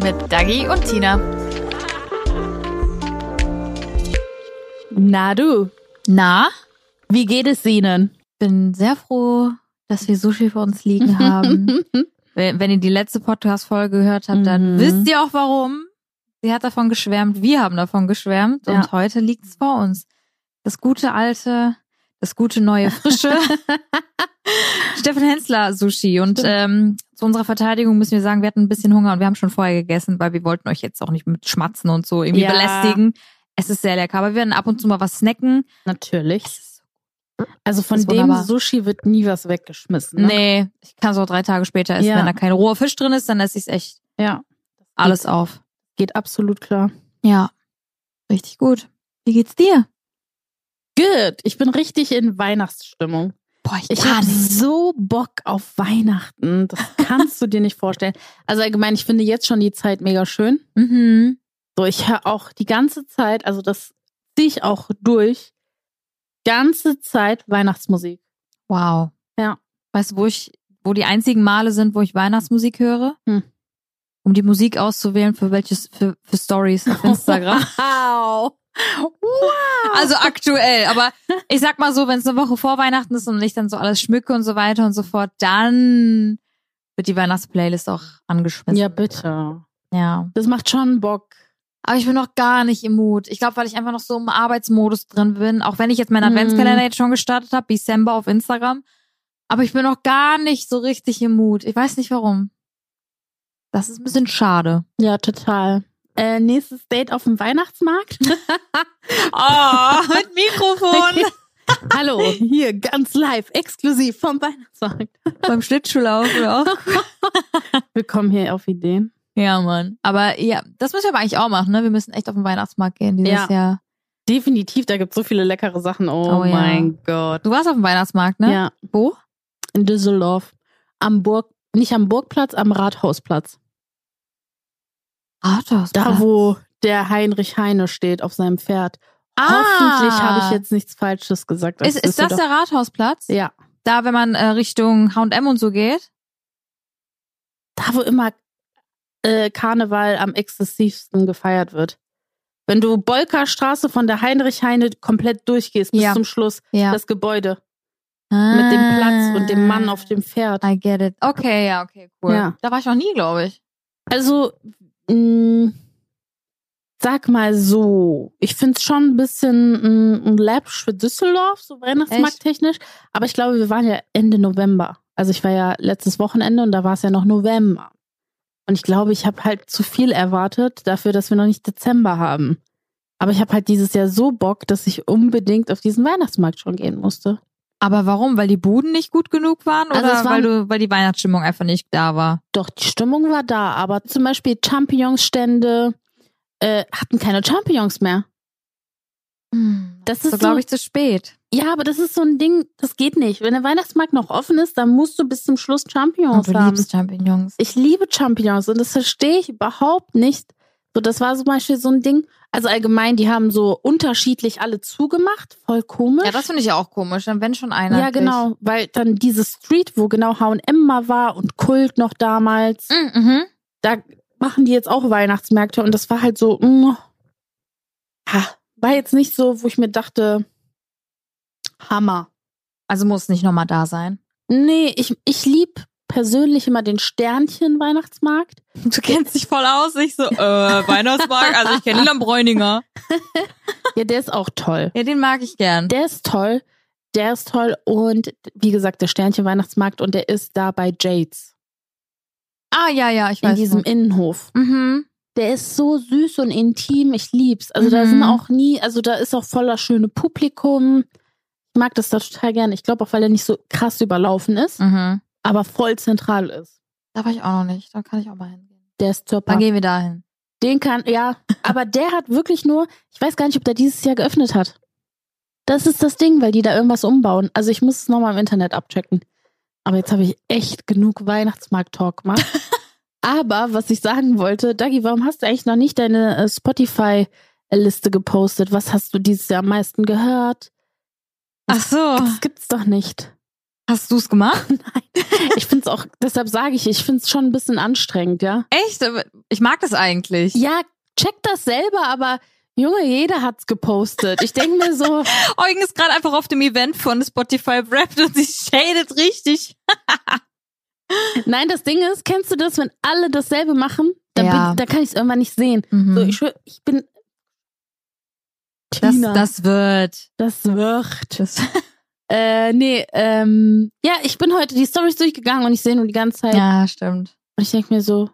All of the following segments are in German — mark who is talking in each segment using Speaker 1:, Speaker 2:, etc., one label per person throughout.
Speaker 1: Mit Dagi und Tina.
Speaker 2: Na du.
Speaker 1: Na,
Speaker 2: Wie geht es Ihnen?
Speaker 1: bin sehr froh, dass wir Sushi vor uns liegen haben. wenn, wenn ihr die letzte Podcast-Folge gehört habt, dann
Speaker 2: Mhm.
Speaker 1: wisst ihr auch warum. Sie hat davon geschwärmt, wir haben davon geschwärmt und
Speaker 2: Ja.
Speaker 1: heute liegt es vor uns. Das gute alte, das gute neue frische Steffen Hensler Sushi. Und ähm, zu unserer Verteidigung müssen wir sagen, wir hatten ein bisschen Hunger und wir haben schon vorher gegessen, weil wir wollten euch jetzt auch nicht mit Schmatzen und so irgendwie
Speaker 2: Ja.
Speaker 1: belästigen. Es ist sehr lecker, aber wir werden ab und zu mal was snacken.
Speaker 2: Natürlich. Also
Speaker 1: Das
Speaker 2: von
Speaker 1: ist
Speaker 2: dem
Speaker 1: wunderbar.
Speaker 2: Sushi wird nie was weggeschmissen. Ne?
Speaker 1: Nee, ich kann es auch drei Tage später essen.
Speaker 2: Ja.
Speaker 1: Wenn da kein roher Fisch drin ist, dann esse ich es echt
Speaker 2: Ja,
Speaker 1: alles auf.
Speaker 2: geht absolut klar.
Speaker 1: Ja. Richtig gut. Wie geht's dir?
Speaker 2: Good. Ich bin richtig in Weihnachtsstimmung.
Speaker 1: Boah,
Speaker 2: Ich habe so Bock auf Weihnachten. Das kannst du dir nicht vorstellen. Also allgemein, ich finde jetzt schon die Zeit mega schön.
Speaker 1: Mhm.
Speaker 2: So, ich höre auch die ganze Zeit, also das ziehe ich auch durch, ganze Zeit Weihnachtsmusik.
Speaker 1: Wow.
Speaker 2: Ja.
Speaker 1: Weißt du, wo ich, wo die einzigen Male sind, wo ich Weihnachtsmusik höre?
Speaker 2: Hm.
Speaker 1: Um die Musik auszuwählen für welches, für, für Stories auf Instagram.
Speaker 2: Wow.
Speaker 1: also aktuell. Aber ich sag mal so, wenn es eine Woche vor Weihnachten ist und ich dann so alles schmücke und so weiter und so fort, dann wird die Weihnachtsplaylist auch angeschmissen.
Speaker 2: Ja, bitte.
Speaker 1: Ja.
Speaker 2: Das macht schon Bock.
Speaker 1: Aber ich bin noch gar nicht im Mut. Ich glaube, weil ich einfach noch so im Arbeitsmodus drin bin. Auch wenn ich jetzt meinen
Speaker 2: Mhm.
Speaker 1: Adventskalender jetzt schon gestartet habe, December auf Instagram. Aber ich bin noch gar nicht so richtig im Mut. Ich weiß nicht warum. Das ist ein bisschen schade.
Speaker 2: Ja, total. Äh, nächstes Date auf dem Weihnachtsmarkt. Ah,
Speaker 1: Oh, mit Mikrofon.
Speaker 2: Hallo, hier ganz live, exklusiv vom Weihnachtsmarkt.
Speaker 1: Beim Schlittschuhlauf oder auch.
Speaker 2: Wir kommen hier auf Ideen.
Speaker 1: Ja, Mann. Aber ja, das müssen wir aber eigentlich auch machen, ne? Wir müssen echt auf den Weihnachtsmarkt gehen dieses
Speaker 2: Ja.
Speaker 1: Jahr.
Speaker 2: Definitiv, da gibt es so viele leckere Sachen. Oh,
Speaker 1: Oh ja.
Speaker 2: mein Gott.
Speaker 1: Du warst auf dem Weihnachtsmarkt, ne?
Speaker 2: Ja,
Speaker 1: Wo?
Speaker 2: in Düsseldorf. Am Burg, nicht am Burgplatz, am Rathausplatz.
Speaker 1: Ah, du hast
Speaker 2: Da,
Speaker 1: Platz.
Speaker 2: wo der Heinrich Heine steht auf seinem Pferd.
Speaker 1: Ah.
Speaker 2: Hoffentlich habe ich jetzt nichts Falsches gesagt.
Speaker 1: Ist, ist das
Speaker 2: Düsseldorf.
Speaker 1: der Rathausplatz?
Speaker 2: Ja.
Speaker 1: Da, wenn man äh, Richtung H&M und so geht?
Speaker 2: Da, wo immer äh, Karneval am exzessivsten gefeiert wird. Wenn du Bolkerstraße von der Heinrich-Heine komplett durchgehst, bis
Speaker 1: Ja.
Speaker 2: zum Schluss,
Speaker 1: Ja. Ah.
Speaker 2: das Gebäude mit dem Platz und dem Mann auf dem Pferd.
Speaker 1: I get it. Okay, ja, okay, cool.
Speaker 2: Ja.
Speaker 1: Da war ich noch nie, glaube ich.
Speaker 2: Also, mh, sag mal so, ich find's schon ein bisschen mh, ein Lapsch für Düsseldorf, so Weihnachtsmarkttechnisch. Aber ich glaube, wir waren ja Ende November. Also ich war ja letztes Wochenende und da war es ja noch November. Und ich glaube, ich habe halt zu viel erwartet dafür, dass wir noch nicht Dezember haben. Aber ich habe halt dieses Jahr so Bock, dass ich unbedingt auf diesen Weihnachtsmarkt schon gehen musste.
Speaker 1: Aber warum? Weil die Buden nicht gut genug waren
Speaker 2: Also
Speaker 1: oder
Speaker 2: es waren-
Speaker 1: weil, du, weil die Weihnachtsstimmung einfach nicht da war?
Speaker 2: Doch, die Stimmung war da, aber zum Beispiel Champignonsstände äh, hatten keine Champignons mehr. Das ist
Speaker 1: so,
Speaker 2: so,
Speaker 1: glaube ich, zu spät.
Speaker 2: ja, aber das ist so ein Ding, das geht nicht. Wenn der Weihnachtsmarkt noch offen ist, dann musst du bis zum Schluss
Speaker 1: Und
Speaker 2: Champignons
Speaker 1: du
Speaker 2: haben.
Speaker 1: liebst Champignons.
Speaker 2: Ich liebe Champignons und das verstehe ich überhaupt nicht. So, das war zum Beispiel so ein Ding. Also allgemein, die haben so unterschiedlich alle zugemacht, voll komisch.
Speaker 1: Ja, das finde ich auch komisch, dann wenn schon einer.
Speaker 2: ja, genau, weil dann diese Street, wo genau H&M mal war und Kult noch damals,
Speaker 1: Mhm, mhm.
Speaker 2: da machen die jetzt auch Weihnachtsmärkte und das war halt so, mm, ha, war jetzt nicht so, wo ich mir dachte, Hammer.
Speaker 1: Also muss nicht nochmal da sein.
Speaker 2: Nee, ich, ich lieb persönlich immer den Sternchen-Weihnachtsmarkt.
Speaker 1: Du kennst dich voll aus. Ich so, äh, Weihnachtsmarkt, also ich kenne Lilan Bräuninger.
Speaker 2: Ja, der ist auch toll.
Speaker 1: Ja, den mag ich gern.
Speaker 2: Der ist toll. Der ist toll. Und wie gesagt, der Sternchen-Weihnachtsmarkt und der ist da bei Jades.
Speaker 1: ah, ja, ja, ich
Speaker 2: In
Speaker 1: weiß.
Speaker 2: diesem
Speaker 1: noch.
Speaker 2: Innenhof.
Speaker 1: mhm.
Speaker 2: Der ist so süß und intim. Ich lieb's. Also da sind
Speaker 1: Mhm.
Speaker 2: auch nie, also da ist auch voller schöne Publikum. Ich mag das da total gerne. Ich glaube auch, weil er nicht so krass überlaufen ist,
Speaker 1: Mhm.
Speaker 2: aber voll zentral ist.
Speaker 1: Da war ich auch noch nicht. Da kann ich auch mal hingehen.
Speaker 2: Der ist super.
Speaker 1: Dann gehen wir dahin.
Speaker 2: Den kann, ja. Aber der hat wirklich nur, ich weiß gar nicht, ob der dieses Jahr geöffnet hat. Das ist das Ding, weil die da irgendwas umbauen. Also ich muss es nochmal im Internet abchecken. Aber jetzt habe ich echt genug Weihnachtsmarkt-Talk gemacht. Aber was ich sagen wollte, Dagi, warum hast du eigentlich noch nicht deine äh, Spotify-Liste gepostet? Was hast du dieses Jahr am meisten gehört?
Speaker 1: Ach so,
Speaker 2: Das gibt's doch nicht.
Speaker 1: hast du's gemacht?
Speaker 2: Ich find's auch, deshalb sage ich, ich find's schon ein bisschen anstrengend, ja.
Speaker 1: Echt? Aber Ich mag das eigentlich.
Speaker 2: Ja, check das selber, aber Junge, jeder hat's gepostet. Ich denke mir so,
Speaker 1: Eugen ist gerade einfach auf dem Event von Spotify Wrapped und sie shadet richtig.
Speaker 2: nein, das Ding ist, kennst du das, wenn alle dasselbe machen? Da,
Speaker 1: Ja.
Speaker 2: bin, da kann ich's irgendwann nicht sehen. So, ich, schwör, ich bin.
Speaker 1: Mhm. das,
Speaker 2: Tina,
Speaker 1: das wird.
Speaker 2: das wird.
Speaker 1: Das,
Speaker 2: Äh, nee, ähm, ja, ich bin heute die Stories durchgegangen und ich sehe nur die ganze Zeit.
Speaker 1: ja, stimmt.
Speaker 2: Und ich denke mir so,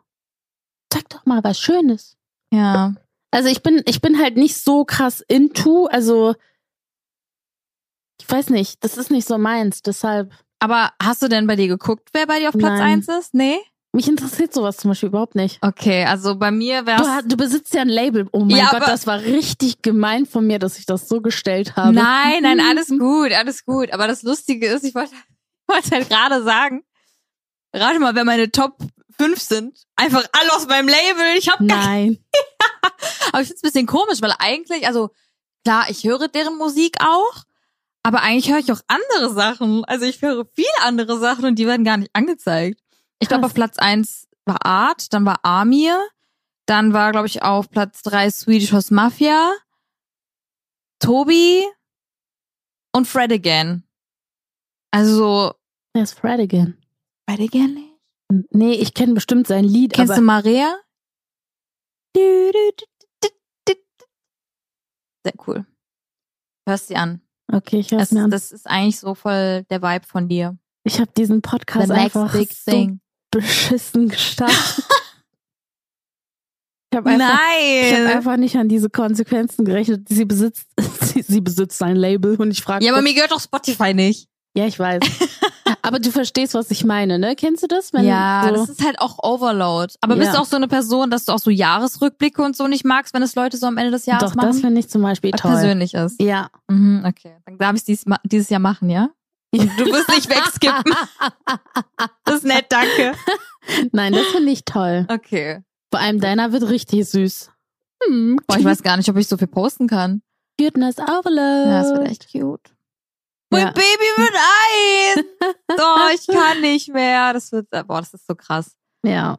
Speaker 2: sag doch mal was Schönes.
Speaker 1: Ja.
Speaker 2: Also ich bin, ich bin halt nicht so krass into, also ich weiß nicht, das ist nicht so meins, deshalb.
Speaker 1: Aber hast du denn bei dir geguckt, wer bei dir auf Platz
Speaker 2: Nein.
Speaker 1: eins ist? Nee?
Speaker 2: Mich interessiert sowas zum Beispiel überhaupt nicht.
Speaker 1: Okay, also bei mir
Speaker 2: Du,
Speaker 1: wär's.
Speaker 2: hast- du besitzt ja ein Label. Oh mein
Speaker 1: Ja,
Speaker 2: Gott,
Speaker 1: aber-
Speaker 2: das war richtig gemein von mir, dass ich das so gestellt habe.
Speaker 1: Nein, nein, alles gut, alles gut. Aber das Lustige ist, ich wollte, wollte halt gerade sagen, rate mal, wer meine Top 5 sind. Einfach alle aus meinem Label. Ich habe
Speaker 2: Nein.
Speaker 1: Aber ich find's ein bisschen komisch, weil eigentlich, also klar, ich höre deren Musik auch, aber eigentlich höre ich auch andere Sachen. Also ich höre viel andere Sachen und die werden gar nicht angezeigt. Ich glaube,
Speaker 2: Krass.
Speaker 1: auf Platz eins war Art, dann war Amir, dann war, glaube ich, auf Platz drei Swedish House Mafia, Tobi und Fred Again. Also,
Speaker 2: There's Fred again.
Speaker 1: Fred Again nicht?
Speaker 2: Nee, ich kenne bestimmt sein Lied,
Speaker 1: Kennst
Speaker 2: aber
Speaker 1: du Maria? Du, du, du, du, du, du. Sehr cool. Hörst sie an.
Speaker 2: okay, ich
Speaker 1: Das,
Speaker 2: hör's mir an.
Speaker 1: das ist eigentlich so voll der Vibe von dir.
Speaker 2: Ich habe diesen Podcast einfach so beschissen gestartet. ich habe einfach, ich hab
Speaker 1: Nein!
Speaker 2: einfach nicht an diese Konsequenzen gerechnet, die sie besitzt. sie, sie besitzt sein Label und ich frage
Speaker 1: Ja, aber mir gehört doch Spotify nicht.
Speaker 2: ja, ich weiß. aber du verstehst, was ich meine, ne? Kennst du das? Wenn
Speaker 1: ja,
Speaker 2: so,
Speaker 1: das ist halt auch Overload. Aber bist
Speaker 2: Ja.
Speaker 1: du auch so eine Person, dass du auch so Jahresrückblicke und so nicht magst, wenn es Leute so am Ende des Jahres
Speaker 2: Doch, das
Speaker 1: machen?
Speaker 2: finde ich zum Beispiel
Speaker 1: Was
Speaker 2: toll.
Speaker 1: persönlich ist.
Speaker 2: Ja.
Speaker 1: Mhm, okay. Dann darf ich dies, ma- dieses Jahr machen, ja? Du wirst nicht wegskippen. das ist nett, danke.
Speaker 2: Nein, das finde ich toll.
Speaker 1: Okay.
Speaker 2: Vor allem deiner wird richtig süß. Hm,
Speaker 1: Boah, ich weiß gar nicht, ob ich so viel posten kann.
Speaker 2: Cuteness Overload.
Speaker 1: echt Äh, cute.
Speaker 2: Ja.
Speaker 1: Mein Baby wird ein! Doch, ich kann nicht mehr. Das wird, äh, boah, das ist so krass.
Speaker 2: Ja.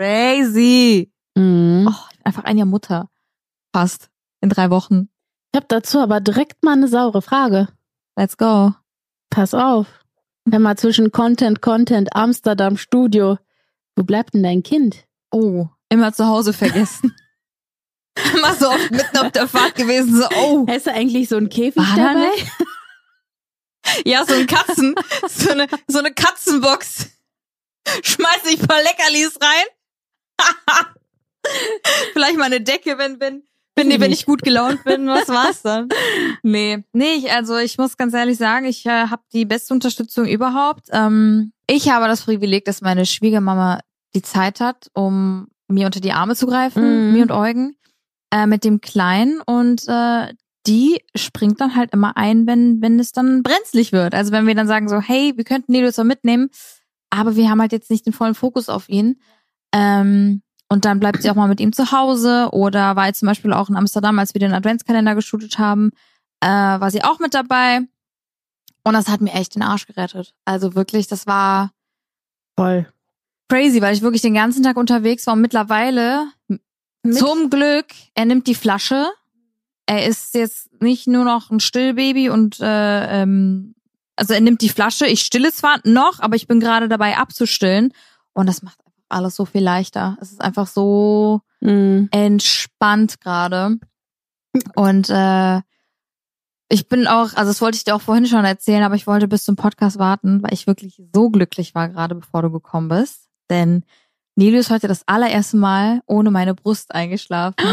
Speaker 1: Crazy.
Speaker 2: Mhm.
Speaker 1: Oh, ich bin einfach ein Jahr Mutter. Fast. In drei Wochen.
Speaker 2: Ich habe dazu aber direkt mal eine saure Frage.
Speaker 1: Let's go.
Speaker 2: Pass auf. Wenn mal zwischen Content, Content, Amsterdam, Studio. Wo bleibt denn dein Kind?
Speaker 1: Oh. Immer zu Hause vergessen. Immer so oft mitten auf der Fahrt gewesen, so, oh.
Speaker 2: Ist da eigentlich so ein Käfig
Speaker 1: War da
Speaker 2: dabei?
Speaker 1: Ja, so ein Katzen, so eine, so eine Katzenbox. Schmeiß ich paar Leckerlis rein. Vielleicht mal eine Decke, wenn, wenn, wenn, wenn ich gut gelaunt bin. Was war's dann? Nee. Nee, ich, also ich muss ganz ehrlich sagen, ich äh, habe die beste Unterstützung überhaupt. Ähm, ich habe das Privileg, dass meine Schwiegermama die Zeit hat, um mir unter die Arme zu greifen,
Speaker 2: Mhm.
Speaker 1: mir und Eugen, äh, mit dem Kleinen und äh, die springt dann halt immer ein, wenn, wenn es dann brenzlig wird. Also wenn wir dann sagen so, hey, wir könnten Nilo zwar mitnehmen, aber wir haben halt jetzt nicht den vollen Fokus auf ihn. Ähm, und dann bleibt sie auch mal mit ihm zu Hause oder war jetzt zum Beispiel auch in Amsterdam, als wir den Adventskalender geshootet haben, äh, war sie auch mit dabei. Und das hat mir echt den Arsch gerettet. Also wirklich, das war,
Speaker 2: Voll.
Speaker 1: crazy, weil ich wirklich den ganzen Tag unterwegs war und mittlerweile zum Glück, er nimmt die Flasche. Er ist jetzt nicht nur noch ein Stillbaby und äh, ähm, also er nimmt die Flasche. Ich stille zwar noch, aber ich bin gerade dabei abzustillen und das macht einfach alles so viel leichter. Es ist einfach so
Speaker 2: Mhm.
Speaker 1: entspannt gerade. Und äh, ich bin auch, also das wollte ich dir auch vorhin schon erzählen, aber ich wollte bis zum Podcast warten, weil ich wirklich so glücklich war, gerade bevor du gekommen bist. Denn Nilo ist heute das allererste Mal ohne meine Brust eingeschlafen.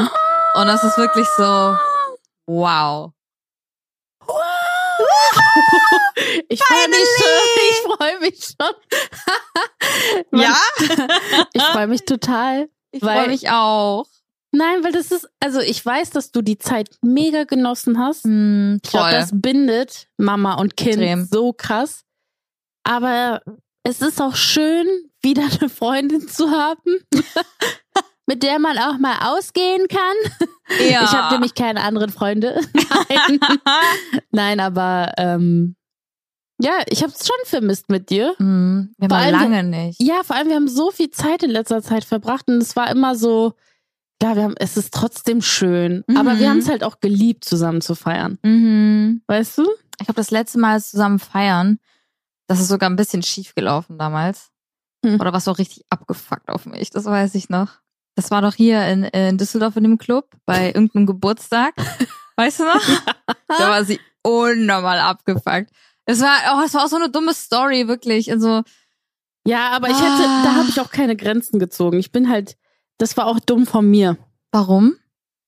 Speaker 1: Und das ist wirklich so, wow.
Speaker 2: Ich freue mich schon. Ich freue mich schon. Mann, Ich freue mich total.
Speaker 1: ich
Speaker 2: weil-
Speaker 1: freue mich auch.
Speaker 2: Nein, weil das ist, also ich weiß, dass du die Zeit mega genossen hast.
Speaker 1: Mm,
Speaker 2: Ich glaube, das bindet Mama und Kind
Speaker 1: Extrem.
Speaker 2: so krass. Aber es ist auch schön, wieder eine Freundin zu haben, mit der man auch mal ausgehen kann.
Speaker 1: ja.
Speaker 2: Ich habe nämlich keine anderen Freunde. Nein, Nein aber ähm, ja, ich habe es schon vermisst mit dir.
Speaker 1: Mm, wenn
Speaker 2: Vor
Speaker 1: man
Speaker 2: allem-
Speaker 1: lange nicht.
Speaker 2: Ja, vor allem, wir haben so viel Zeit in letzter Zeit verbracht und es war immer so, ja, wir haben, es ist trotzdem schön. Aber
Speaker 1: Mhm.
Speaker 2: wir haben es halt auch geliebt, zusammen zu feiern.
Speaker 1: Mhm.
Speaker 2: Weißt du?
Speaker 1: Ich glaube, das letzte Mal zusammen feiern, das ist sogar ein bisschen schief gelaufen damals.
Speaker 2: Hm.
Speaker 1: Oder was auch richtig abgefuckt auf mich, das weiß ich noch. Das war doch hier in, in Düsseldorf in dem Club bei irgendeinem Geburtstag. Weißt du noch? da war sie unnormal abgefuckt. Es war, oh, es war auch so eine dumme Story, wirklich. Also,
Speaker 2: Ja, aber ich hätte,
Speaker 1: Ah.
Speaker 2: da habe ich auch keine Grenzen gezogen. Ich bin halt, das war auch dumm von mir.
Speaker 1: warum?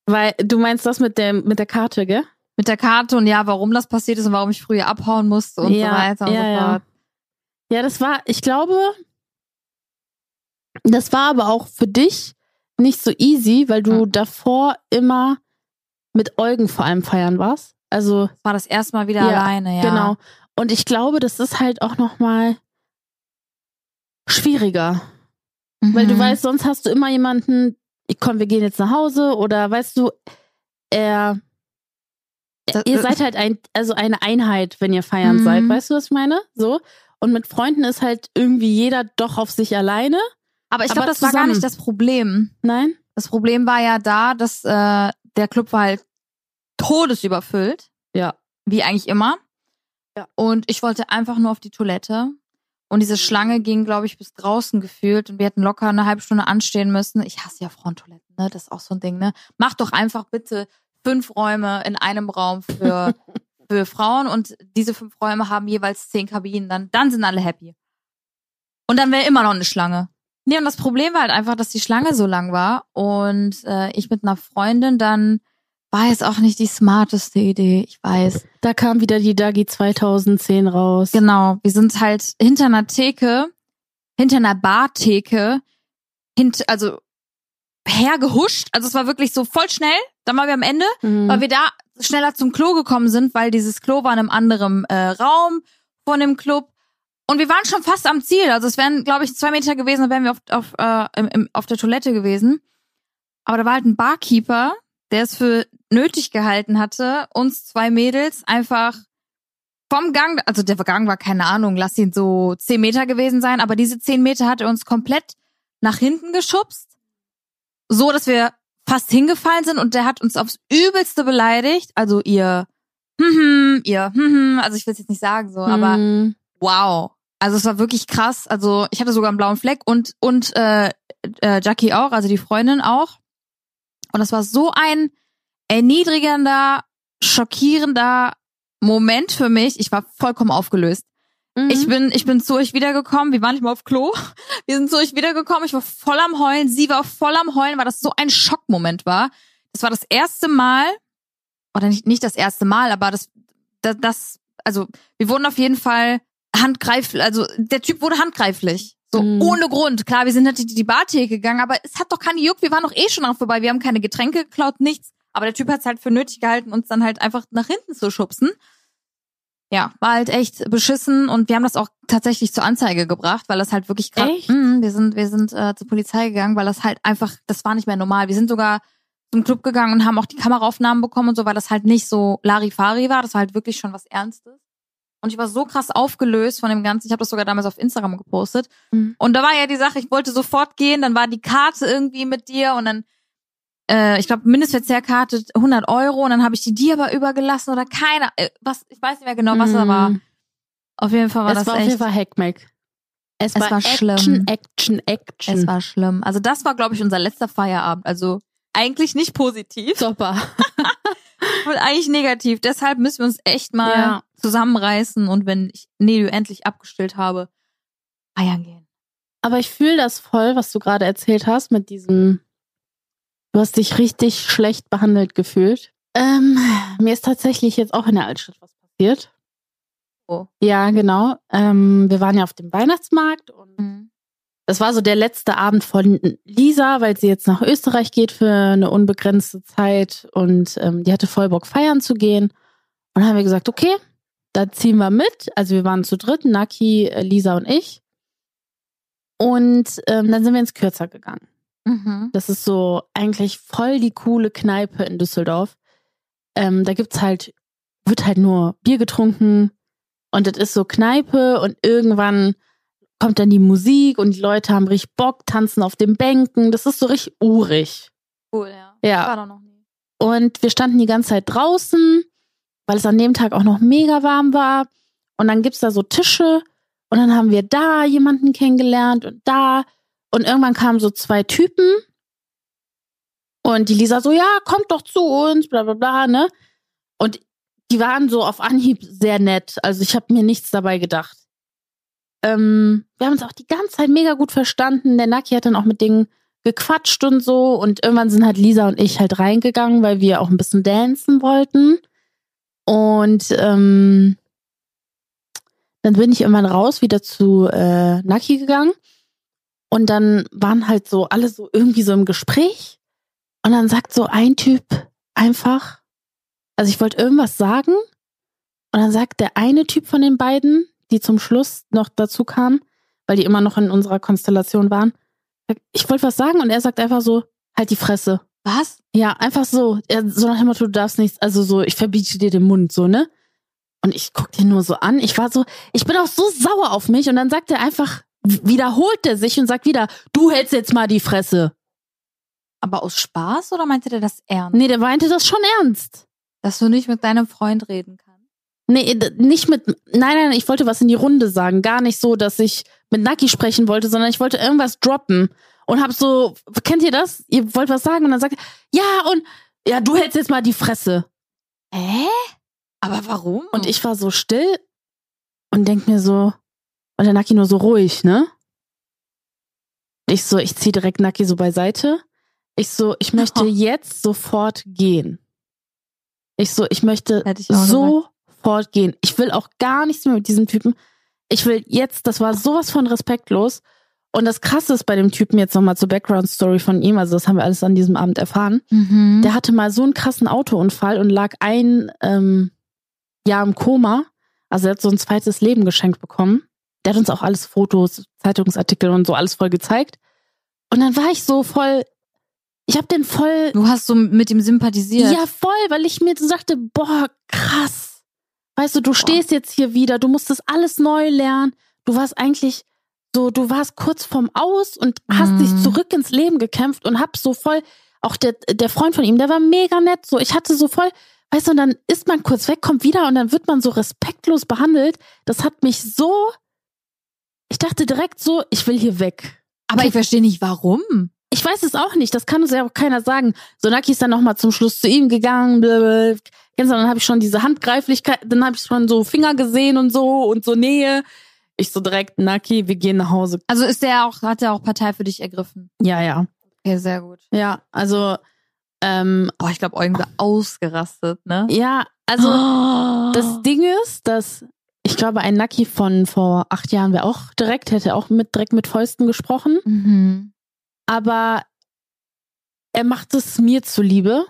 Speaker 2: Weil du meinst das mit der, mit der Karte, gell?
Speaker 1: Mit der Karte und ja, warum das passiert ist und warum ich früher abhauen musste und
Speaker 2: Ja,
Speaker 1: so weiter und
Speaker 2: ja,
Speaker 1: so
Speaker 2: ja.
Speaker 1: fort.
Speaker 2: Ja, das war, ich glaube, das war aber auch für dich nicht so easy, weil du
Speaker 1: Hm.
Speaker 2: davor immer mit Eugen vor allem feiern warst. Also,
Speaker 1: Das war das erste Mal wieder
Speaker 2: Ja,
Speaker 1: alleine, ja.
Speaker 2: genau. Und ich glaube, das ist halt auch nochmal schwieriger.
Speaker 1: Mhm.
Speaker 2: Weil du weißt, sonst hast du immer jemanden, komm, wir gehen jetzt nach Hause oder weißt du, er.
Speaker 1: Das-
Speaker 2: Ihr seid halt ein, also eine Einheit, wenn ihr feiern
Speaker 1: Mhm.
Speaker 2: seid. Weißt du, was ich meine? So. Und mit Freunden ist halt irgendwie jeder doch auf sich alleine.
Speaker 1: Aber ich glaube,
Speaker 2: aber
Speaker 1: das war gar
Speaker 2: zusammen.
Speaker 1: nicht das Problem.
Speaker 2: Nein?
Speaker 1: Das Problem war ja da, dass äh, der Club war halt todesüberfüllt,
Speaker 2: Ja.
Speaker 1: wie eigentlich immer.
Speaker 2: Ja. Mhm.
Speaker 1: Und ich wollte einfach nur auf die Toilette. Und diese Schlange ging, glaube ich, bis draußen gefühlt. Und wir hätten locker eine halbe Stunde anstehen müssen. Ich hasse ja Frauentoiletten, ne? Das ist auch so ein Ding, ne? Mach doch einfach bitte fünf Räume in einem Raum für, für Frauen. Und diese fünf Räume haben jeweils zehn Kabinen. Dann, dann sind alle happy. Und dann wäre immer noch eine Schlange. Nee, und das Problem war halt einfach, dass die Schlange so lang war und äh, ich mit einer Freundin dann war jetzt auch nicht die smarteste Idee, ich weiß.
Speaker 2: Da kam wieder die Dagi 2010 raus.
Speaker 1: Genau, wir sind halt hinter einer Theke, hinter einer Bartheke, hint, also hergehuscht, also es war wirklich so voll schnell, dann waren wir am Ende
Speaker 2: Mhm.
Speaker 1: weil wir da schneller zum Klo gekommen sind, weil dieses Klo war in einem anderen äh, Raum von dem Club. Und wir waren schon fast am Ziel. Also es wären, glaube ich, zwei Meter gewesen, dann wären wir auf, auf, äh, im, im, auf der Toilette gewesen. Aber da war halt ein Barkeeper, der es für nötig gehalten hatte, uns zwei Mädels einfach vom Gang, also der Gang war keine Ahnung, lass ihn so zehn Meter gewesen sein, aber diese zehn Meter hat er uns komplett nach hinten geschubst so, dass wir fast hingefallen sind und der hat uns aufs Übelste beleidigt. Also ihr, hm, hm, ihr, hm, hm, also ich will es jetzt nicht sagen so, aber
Speaker 2: Mhm.
Speaker 1: wow. Also es war wirklich krass. Also ich hatte sogar einen blauen Fleck und und äh, äh, Jackie auch, also die Freundin auch. Und das war so ein erniedrigender, schockierender Moment für mich. Ich war vollkommen aufgelöst.
Speaker 2: Mhm.
Speaker 1: Ich bin, ich bin zu euch wiedergekommen. Wir waren nicht mal auf Klo. Wir sind zu euch wiedergekommen. Ich war voll am Heulen. Sie war voll am Heulen, weil das so ein Schockmoment war. Das war das erste Mal, oder nicht, nicht das erste Mal, aber das, das, das, also, wir wurden auf jeden Fall handgreiflich, also, der Typ wurde handgreiflich. So,
Speaker 2: Mhm.
Speaker 1: ohne Grund. Klar, wir sind hinter die, die Bartheke gegangen, aber es hat doch keine Juck. Wir waren doch eh schon dran vorbei. Wir haben keine Getränke geklaut, nichts. Aber der Typ hat es halt für nötig gehalten, uns dann halt einfach nach hinten zu schubsen ja, war halt echt beschissen und wir haben das auch tatsächlich zur Anzeige gebracht, weil das halt wirklich krass.
Speaker 2: Echt?
Speaker 1: Mhm, wir sind wir sind äh, zur Polizei gegangen, weil das halt einfach das war nicht mehr normal. Wir sind sogar zum Club gegangen und haben auch die Kameraaufnahmen bekommen und so, weil das halt nicht so Larifari war, das war halt wirklich schon was Ernstes. Und ich war so krass aufgelöst von dem Ganzen. Ich habe das sogar damals auf Instagram gepostet.
Speaker 2: Mhm.
Speaker 1: Und da war ja die Sache, ich wollte sofort gehen, dann war die Karte irgendwie mit dir und dann äh, ich glaube, Mindestverzehrkarte 100 Euro und dann habe ich die dir aber übergelassen oder keiner, äh, was, ich weiß nicht mehr genau, was da
Speaker 2: Mhm.
Speaker 1: war. Auf jeden Fall war
Speaker 2: es
Speaker 1: das
Speaker 2: war auf jeden
Speaker 1: echt,
Speaker 2: Fall Hackmack. Es,
Speaker 1: Es
Speaker 2: war,
Speaker 1: war
Speaker 2: Action,
Speaker 1: schlimm.
Speaker 2: Action, Action.
Speaker 1: es war schlimm. Also das war, glaube ich, unser letzter Feierabend. Also eigentlich nicht positiv,
Speaker 2: super.
Speaker 1: sondern eigentlich negativ. Deshalb müssen wir uns echt mal
Speaker 2: Ja.
Speaker 1: zusammenreißen und wenn ich Nelio endlich abgestillt habe, feiern gehen.
Speaker 2: Aber ich fühle das voll, was du gerade erzählt hast mit diesem. Du hast dich richtig schlecht behandelt gefühlt. Ähm, mir ist tatsächlich jetzt auch in der Altstadt was passiert.
Speaker 1: Oh. Mhm.
Speaker 2: Ja, genau. Ähm, wir waren ja auf dem Weihnachtsmarkt und Das war so der letzte Abend von Lisa, weil sie jetzt nach Österreich geht für eine unbegrenzte Zeit und ähm, die hatte voll Bock feiern zu gehen. Und dann haben wir gesagt, okay, da ziehen wir mit. Also wir waren zu dritt, Naki, äh, Lisa und ich. Und ähm, dann sind wir ins Kürzer gegangen.
Speaker 1: Mhm.
Speaker 2: Das ist so eigentlich voll die coole Kneipe in Düsseldorf. Ähm, da gibt's halt, wird halt nur Bier getrunken und das ist so Kneipe und irgendwann kommt dann die Musik und die Leute haben richtig Bock, tanzen auf den Bänken. Das ist so richtig urig.
Speaker 1: Cool, ja.
Speaker 2: Ja.
Speaker 1: War doch noch nie.
Speaker 2: Und wir standen die ganze Zeit draußen, weil es an dem Tag auch noch mega warm war. Und dann gibt's da so Tische. Und dann haben wir da jemanden kennengelernt und da. Und irgendwann kamen so zwei Typen. Und die Lisa so, ja, kommt doch zu uns, bla bla bla, ne? Und die waren so auf Anhieb sehr nett. Also ich habe mir nichts dabei gedacht. Ähm, wir haben uns auch die ganze Zeit mega gut verstanden. Der Naki hat dann auch mit denen gequatscht und so. Und irgendwann sind halt Lisa und ich halt reingegangen, weil wir auch ein bisschen dancen wollten. Und ähm, dann bin ich irgendwann raus, wieder zu äh, Naki gegangen. Und dann waren halt so alle so irgendwie so im Gespräch. Und dann sagt so ein Typ einfach, also ich wollte irgendwas sagen. Und dann sagt der eine Typ von den beiden, die zum Schluss noch dazu kam, weil die immer noch in unserer Konstellation waren, ich wollte was sagen und er sagt einfach so, halt die Fresse.
Speaker 1: Was?
Speaker 2: Ja, einfach so. Er, so nach dem Motto, du darfst nichts, also so, ich verbiete dir den Mund, so, ne? Und ich guck den nur so an. Ich war so, ich bin auch so sauer auf mich. Und dann sagt er einfach, wiederholt er sich und sagt wieder, du hältst jetzt mal die Fresse.
Speaker 1: Aber aus Spaß oder meinte der das ernst?
Speaker 2: Nee, der meinte das schon ernst.
Speaker 1: Dass du nicht mit deinem Freund reden kannst.
Speaker 2: Nee, d- nicht mit, nein, nein, ich wollte was in die Runde sagen. Gar nicht so, dass ich mit Naki sprechen wollte, sondern ich wollte irgendwas droppen. Und hab so, kennt ihr das? Ihr wollt was sagen und dann sagt er, ja und, ja, du hältst jetzt mal die Fresse.
Speaker 1: Hä? Aber warum?
Speaker 2: Und ich war so still und denk mir so, und der Naki nur so ruhig, ne? Ich so, ich zieh direkt Naki so beiseite. Ich so, ich möchte
Speaker 1: Oh.
Speaker 2: jetzt sofort gehen. Ich so, ich möchte
Speaker 1: Hätte ich auch
Speaker 2: sofort gehen. Ich will auch gar nichts mehr mit diesem Typen. Ich will jetzt, das war sowas von respektlos. Und das Krasse ist bei dem Typen jetzt nochmal zur Background-Story von ihm, also das haben wir alles an diesem Abend erfahren.
Speaker 1: Mhm.
Speaker 2: Der hatte mal so einen krassen Autounfall und lag ein ähm, Jahr im Koma. Also er hat so ein zweites Leben geschenkt bekommen. Der hat uns auch alles Fotos, Zeitungsartikel und so alles voll gezeigt. Und dann war ich so voll, ich habe den voll,
Speaker 1: du hast so mit ihm sympathisiert.
Speaker 2: ja voll, weil ich mir so dachte, boah, krass. Weißt du, du stehst jetzt hier wieder, du musst das alles neu lernen. Du warst eigentlich so, du warst kurz vorm Aus und hast
Speaker 1: Mhm.
Speaker 2: dich zurück ins Leben gekämpft und hab so voll, auch der, der Freund von ihm, der war mega nett. So, ich hatte so voll, weißt du, und dann ist man kurz weg, kommt wieder und dann wird man so respektlos behandelt. Das hat mich so, ich dachte direkt so, ich will hier weg.
Speaker 1: Aber ich verstehe nicht, warum.
Speaker 2: Ich weiß es auch nicht, das kann uns ja auch keiner sagen. So, Naki ist dann nochmal zum Schluss zu ihm gegangen, blablabla. Kennst du, dann habe ich schon diese Handgreiflichkeit, dann habe ich schon so Finger gesehen und so und so Nähe. Ich so direkt, Naki, wir gehen nach Hause.
Speaker 1: Also ist der auch, hat er auch Partei für dich ergriffen?
Speaker 2: Ja, ja.
Speaker 1: Okay, sehr gut.
Speaker 2: Ja, also, ähm,
Speaker 1: Boah, ich glaube, Eugen wäre ausgerastet, ne?
Speaker 2: ja, also,
Speaker 1: Oh.
Speaker 2: das Ding ist, dass ich glaube, ein Naki von vor acht Jahren wäre auch direkt, hätte auch mit, direkt mit Fäusten gesprochen.
Speaker 1: Mhm.
Speaker 2: aber er macht es mir zuliebe,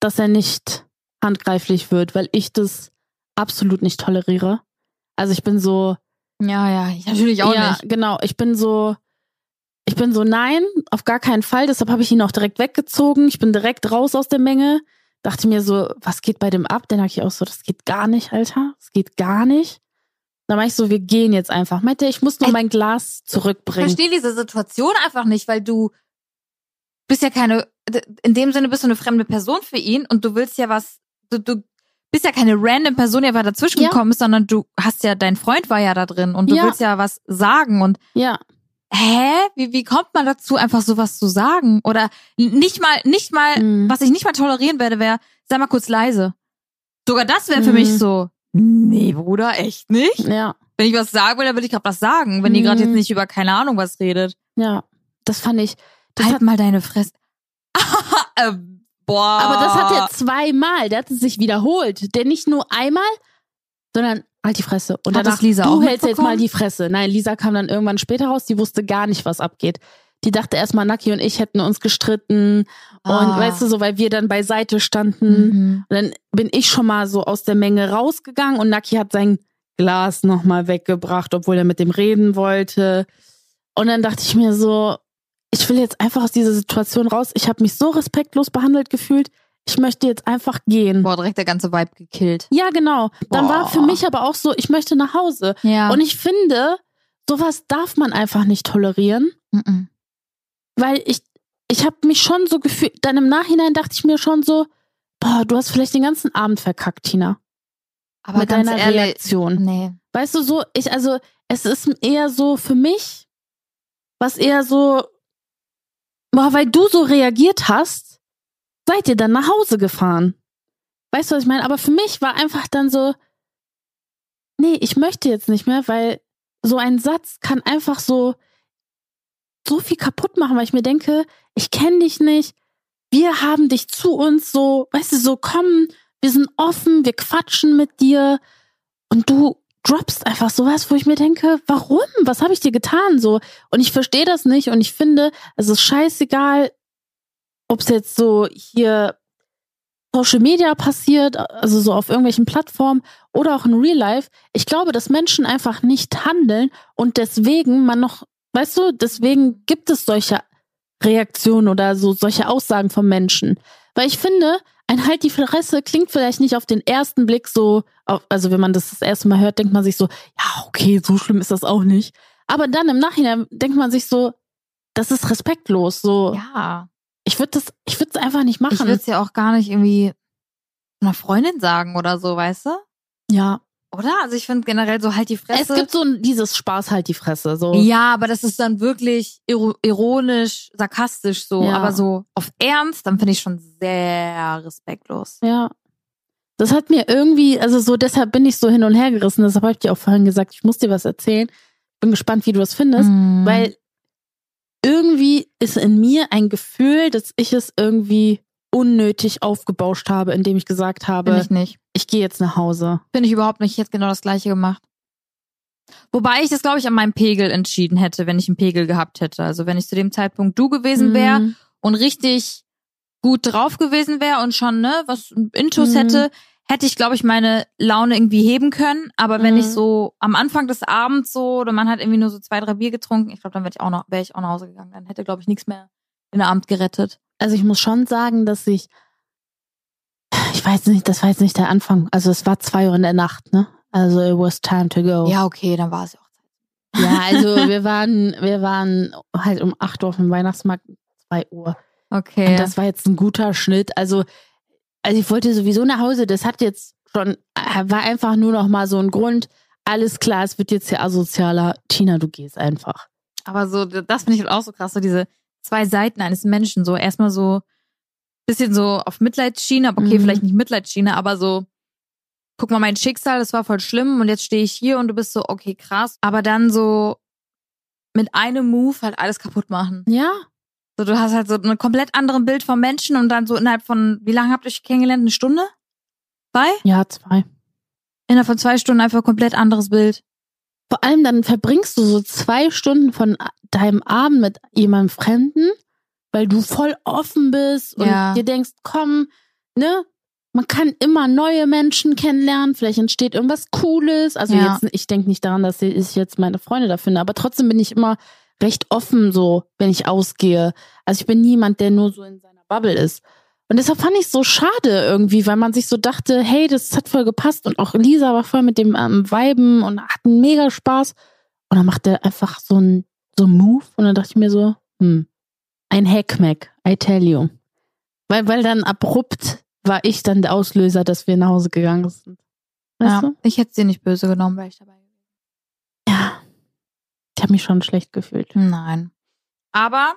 Speaker 2: dass er nicht handgreiflich wird, weil ich das absolut nicht toleriere. Also ich bin so,
Speaker 1: Ja, ja, ich natürlich auch
Speaker 2: ja,
Speaker 1: nicht.
Speaker 2: genau, ich bin so, ich bin so, nein, auf gar keinen Fall. Deshalb habe ich ihn auch direkt weggezogen. Ich bin direkt raus aus der Menge. Dachte mir so, was geht bei dem ab? Dann dachte ich auch so, das geht gar nicht, Alter. Das geht gar nicht. Dann war ich so, wir gehen jetzt einfach. Meinte, ich muss nur
Speaker 1: Ey,
Speaker 2: mein Glas
Speaker 1: Ich
Speaker 2: zurückbringen.
Speaker 1: verstehe diese Situation einfach nicht, weil du bist ja keine, in dem Sinne bist du eine fremde Person für ihn und du willst ja was, du, du bist ja keine random Person, die einfach dazwischen
Speaker 2: Ja.
Speaker 1: gekommen ist, sondern du hast ja, dein Freund war ja da drin und du
Speaker 2: Ja.
Speaker 1: willst ja was sagen und
Speaker 2: Ja.
Speaker 1: hä, wie, wie kommt man dazu, einfach sowas zu sagen? Oder nicht mal, nicht mal,
Speaker 2: Mhm.
Speaker 1: Äh, was ich nicht mal tolerieren werde, wäre, sei mal kurz leise. Sogar das wäre für
Speaker 2: Mhm.
Speaker 1: mich so, nee, Bruder, echt nicht?
Speaker 2: Ja.
Speaker 1: Wenn ich was sagen will, dann will ich gerade was sagen. Wenn die gerade
Speaker 2: Mhm.
Speaker 1: jetzt nicht über keine Ahnung was redet.
Speaker 2: Ja, das fand ich. Das
Speaker 1: halt
Speaker 2: hat, Ähm,
Speaker 1: mal deine Fresse. äh, boah.
Speaker 2: aber das hat er zweimal. Der hat es sich wiederholt. Der nicht nur einmal, sondern Halt die Fresse. Und
Speaker 1: Hat
Speaker 2: danach,
Speaker 1: das Lisa
Speaker 2: du
Speaker 1: auch
Speaker 2: hältst jetzt
Speaker 1: mitbekommen?
Speaker 2: mal die Fresse. Nein, Lisa kam dann irgendwann später raus, die wusste gar nicht, was abgeht. Die dachte erstmal, Naki und ich hätten uns gestritten. Und
Speaker 1: Ah.
Speaker 2: weißt du, so, weil wir dann beiseite standen.
Speaker 1: Mhm.
Speaker 2: Und dann bin ich schon mal so aus der Menge rausgegangen und Naki hat sein Glas nochmal weggebracht, obwohl er mit dem reden wollte. Und dann dachte ich mir so, ich will jetzt einfach aus dieser Situation raus. Ich habe mich so respektlos behandelt gefühlt. Ich möchte jetzt einfach gehen.
Speaker 1: Boah, direkt der ganze Vibe gekillt.
Speaker 2: Ja, genau. Dann war
Speaker 1: Boah.
Speaker 2: für mich aber auch so, ich möchte nach Hause.
Speaker 1: Ja.
Speaker 2: Und ich finde, sowas darf man einfach nicht tolerieren
Speaker 1: Mhm.
Speaker 2: weil ich, ich habe mich schon so gefühlt, dann im Nachhinein dachte ich mir schon so, boah, du hast vielleicht den ganzen Abend verkackt, Tina.
Speaker 1: Aber
Speaker 2: mit
Speaker 1: ganz
Speaker 2: deiner
Speaker 1: ehrlich.
Speaker 2: Reaktion.
Speaker 1: Nee.
Speaker 2: Weißt du, so, ich, also, es ist eher so für mich, was eher so, boah, weil du so reagiert hast, seid ihr dann nach Hause gefahren. Weißt du, was ich meine? Aber für mich war einfach dann so, nee, ich möchte jetzt nicht mehr, weil so ein Satz kann einfach so, so viel kaputt machen, weil ich mir denke, ich kenne dich nicht, wir haben dich zu uns so, weißt du, so kommen, wir sind offen, wir quatschen mit dir und du droppst einfach sowas, wo ich mir denke, warum? Was habe ich dir getan so? Und ich verstehe das nicht und ich finde, es ist scheißegal, ob es jetzt so hier Social Media passiert, also so auf irgendwelchen Plattformen oder auch in Real Life. Ich glaube, dass Menschen einfach nicht handeln und deswegen man noch, weißt du, deswegen gibt es solche Reaktionen oder so solche Aussagen von Menschen. Weil ich finde, ein Halt die Fresse klingt vielleicht nicht auf den ersten Blick so, auf- also wenn man das das erste Mal hört, denkt man sich so, ja, okay, so schlimm ist das auch nicht. Aber dann im Nachhinein denkt man sich so, das ist respektlos, so.
Speaker 1: Ja.
Speaker 2: Ich würde das, ich würde es einfach nicht
Speaker 1: Ich
Speaker 2: machen.
Speaker 1: würde es ja auch gar nicht irgendwie einer Freundin sagen oder so, weißt du?
Speaker 2: ja.
Speaker 1: Oder? Also ich finde generell so halt die Fresse.
Speaker 2: Es gibt so ein- dieses Spaß halt die Fresse, so.
Speaker 1: ja, aber das ist dann wirklich iro- ironisch, sarkastisch so,
Speaker 2: Ja.
Speaker 1: aber so auf Ernst, dann finde ich schon sehr respektlos.
Speaker 2: Ja. Das hat mir irgendwie, also so deshalb bin ich so hin und her gerissen. Deshalb habe ich dir auch vorhin gesagt, ich muss dir was erzählen. Bin gespannt, wie du das findest,
Speaker 1: Mhm.
Speaker 2: weil irgendwie ist in mir ein Gefühl, dass ich es irgendwie unnötig aufgebauscht habe, indem ich gesagt habe,
Speaker 1: finde
Speaker 2: ich,
Speaker 1: ich nicht.
Speaker 2: gehe jetzt nach Hause.
Speaker 1: Finde ich überhaupt nicht. Ich hätte genau das gleiche gemacht. Wobei ich das, glaube ich, an meinem Pegel entschieden hätte, wenn ich einen Pegel gehabt hätte. Also wenn ich zu dem Zeitpunkt du gewesen wäre
Speaker 2: Mhm.
Speaker 1: und richtig gut drauf gewesen wäre und schon, ne, was Intus
Speaker 2: Mhm.
Speaker 1: hätte, hätte ich, glaube ich, meine Laune irgendwie heben können. Aber wenn
Speaker 2: Mhm.
Speaker 1: ich so am Anfang des Abends so, oder man hat irgendwie nur so zwei, drei Bier getrunken, ich glaube, dann wäre ich auch noch, wäre ich auch nach Hause gegangen. Dann hätte, glaube ich, nichts mehr den Abend gerettet.
Speaker 2: Also ich muss schon sagen, dass ich, ich weiß nicht, das war jetzt nicht der Anfang. Also es war zwei Uhr in der Nacht, ne? Also it was time to go.
Speaker 1: Ja, okay, dann war es ja auch.
Speaker 2: Ja, also wir waren, wir waren halt um 8 Uhr auf dem Weihnachtsmarkt, 2 Uhr.
Speaker 1: Okay.
Speaker 2: Und das war jetzt ein guter Schnitt. Also, also ich wollte sowieso nach Hause. Das hat jetzt schon, äh, war einfach nur noch mal so ein Grund. Alles klar, es wird jetzt hier asozialer. Tina, du gehst einfach.
Speaker 1: Aber so, das finde ich halt auch so krass, so diese zwei Seiten eines Menschen, so erstmal so bisschen so auf Mitleidsschiene, aber okay,
Speaker 2: Mhm.
Speaker 1: vielleicht nicht Mitleidsschiene, aber so, guck mal, mein Schicksal, das war voll schlimm und jetzt stehe ich hier und du bist so, okay, krass. Aber dann so mit einem Move halt alles kaputt machen.
Speaker 2: Ja,
Speaker 1: So, du hast halt so ein komplett anderes Bild vom Menschen und dann so innerhalb von, wie lange habt ihr euch kennengelernt? Eine Stunde? Bei?
Speaker 2: ja, zwei.
Speaker 1: Innerhalb von zwei Stunden einfach komplett anderes Bild.
Speaker 2: Vor allem dann verbringst du so zwei Stunden von deinem Abend mit jemandem Fremden, weil du voll offen bist und
Speaker 1: Ja.
Speaker 2: dir denkst, komm, ne? Man kann immer neue Menschen kennenlernen, vielleicht entsteht irgendwas Cooles. Also
Speaker 1: Ja.
Speaker 2: jetzt, ich denke nicht daran, dass ich jetzt meine Freunde da finde, aber trotzdem bin ich immer recht offen so, wenn ich ausgehe. Also ich bin niemand, der nur so in seiner Bubble ist. Und deshalb fand ich es so schade irgendwie, weil man sich so dachte, hey, das hat voll gepasst. Und auch Lisa war voll mit dem ähm, Weiben und hatten mega Spaß. Und dann macht er einfach so einen so einen Move. Und dann dachte ich mir so, hm, ein Hackmack, I tell you. Weil, weil dann abrupt war ich dann der Auslöser, dass wir nach Hause gegangen sind. Weißt
Speaker 1: ja.
Speaker 2: du?
Speaker 1: Ich hätte sie nicht böse genommen, wäre ich dabei gewesen.
Speaker 2: Ja. Ich habe mich schon schlecht gefühlt.
Speaker 1: Nein. Aber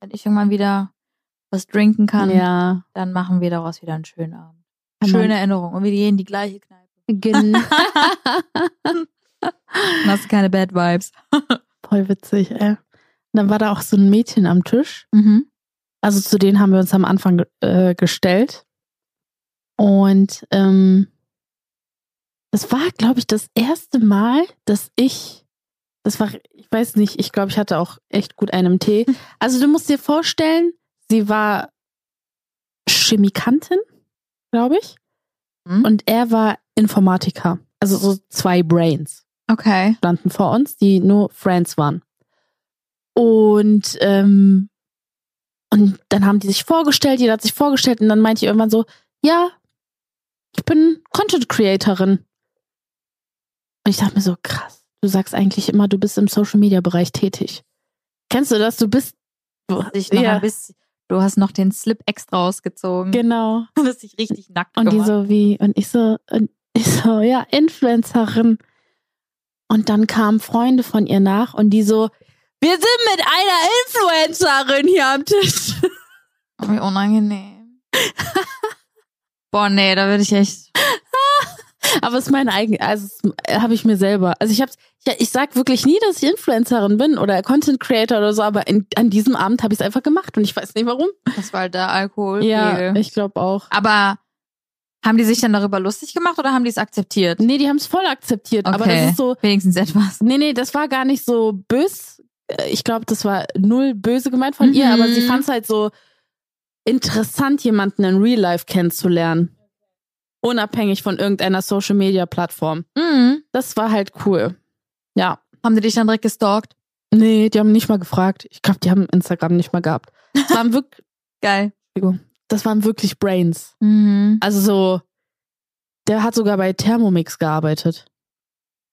Speaker 1: wenn ich irgendwann wieder was trinken kann,
Speaker 2: Ja.
Speaker 1: dann machen wir daraus wieder einen schönen Abend.
Speaker 2: Kann
Speaker 1: Schöne
Speaker 2: man.
Speaker 1: Erinnerung. Und wir gehen in die gleiche Kneipe.
Speaker 2: Genau.
Speaker 1: Und hast keine Bad Vibes.
Speaker 2: Voll witzig, ey. Und dann war da auch so ein Mädchen am Tisch.
Speaker 1: Mhm.
Speaker 2: Also zu denen haben wir uns am Anfang ge- äh, gestellt. Und ähm, Das war, glaube ich, das erste Mal, dass ich, das war, ich weiß nicht, ich glaube, ich hatte auch echt gut einen Tee. Also du musst dir vorstellen, sie war Chemikantin, glaube ich,
Speaker 1: Hm?
Speaker 2: und er war Informatiker. Also so zwei Brains.
Speaker 1: Okay.
Speaker 2: standen vor uns, die nur Friends waren. Und, ähm, und dann haben die sich vorgestellt, jeder hat sich vorgestellt und dann meinte ich irgendwann so, ja, ich bin Content Creatorin. Und ich dachte mir so, krass, du sagst eigentlich immer, du bist im Social Media Bereich tätig. Kennst du das? Du bist.
Speaker 1: Ich noch
Speaker 2: Ja.
Speaker 1: ein bisschen, du hast noch den Slip extra ausgezogen.
Speaker 2: Genau.
Speaker 1: Du hast dich richtig nackt
Speaker 2: Und die
Speaker 1: gemacht.
Speaker 2: so wie, und ich so, und ich so, ja, Influencerin. Und dann kamen Freunde von ihr nach und die so, wir sind mit einer Influencerin hier am Tisch.
Speaker 1: Oh, wie unangenehm. Boah, nee, da würde ich echt.
Speaker 2: Aber es ist mein eigen, also habe ich mir selber. Also ich hab's, ich, ich sag wirklich nie, dass ich Influencerin bin oder Content Creator oder so, aber in, an diesem Abend habe ich es einfach gemacht und ich weiß nicht warum.
Speaker 1: Das war halt der Alkohol.
Speaker 2: ich glaube auch.
Speaker 1: Aber haben die sich dann darüber lustig gemacht oder haben die es akzeptiert?
Speaker 2: Nee, die haben es voll akzeptiert, aber
Speaker 1: Okay.
Speaker 2: das ist so,
Speaker 1: Wenigstens etwas.
Speaker 2: Nee, nee, das war gar nicht so bös. Äh, Ich glaube, das war null böse gemeint von ihr,
Speaker 1: Mhm.
Speaker 2: aber sie fand es halt so interessant, jemanden in Real Life kennenzulernen. Unabhängig von irgendeiner Social Media Plattform.
Speaker 1: Mhm.
Speaker 2: Das war halt cool. Ja.
Speaker 1: Haben die dich dann direkt gestalkt?
Speaker 2: Nee, die haben nicht mal gefragt. Ich glaube, die haben Instagram nicht mal gehabt. Das waren, wirk
Speaker 1: Geil.
Speaker 2: das waren wirklich Brains.
Speaker 1: Mhm.
Speaker 2: Also so, der hat sogar bei Thermomix gearbeitet.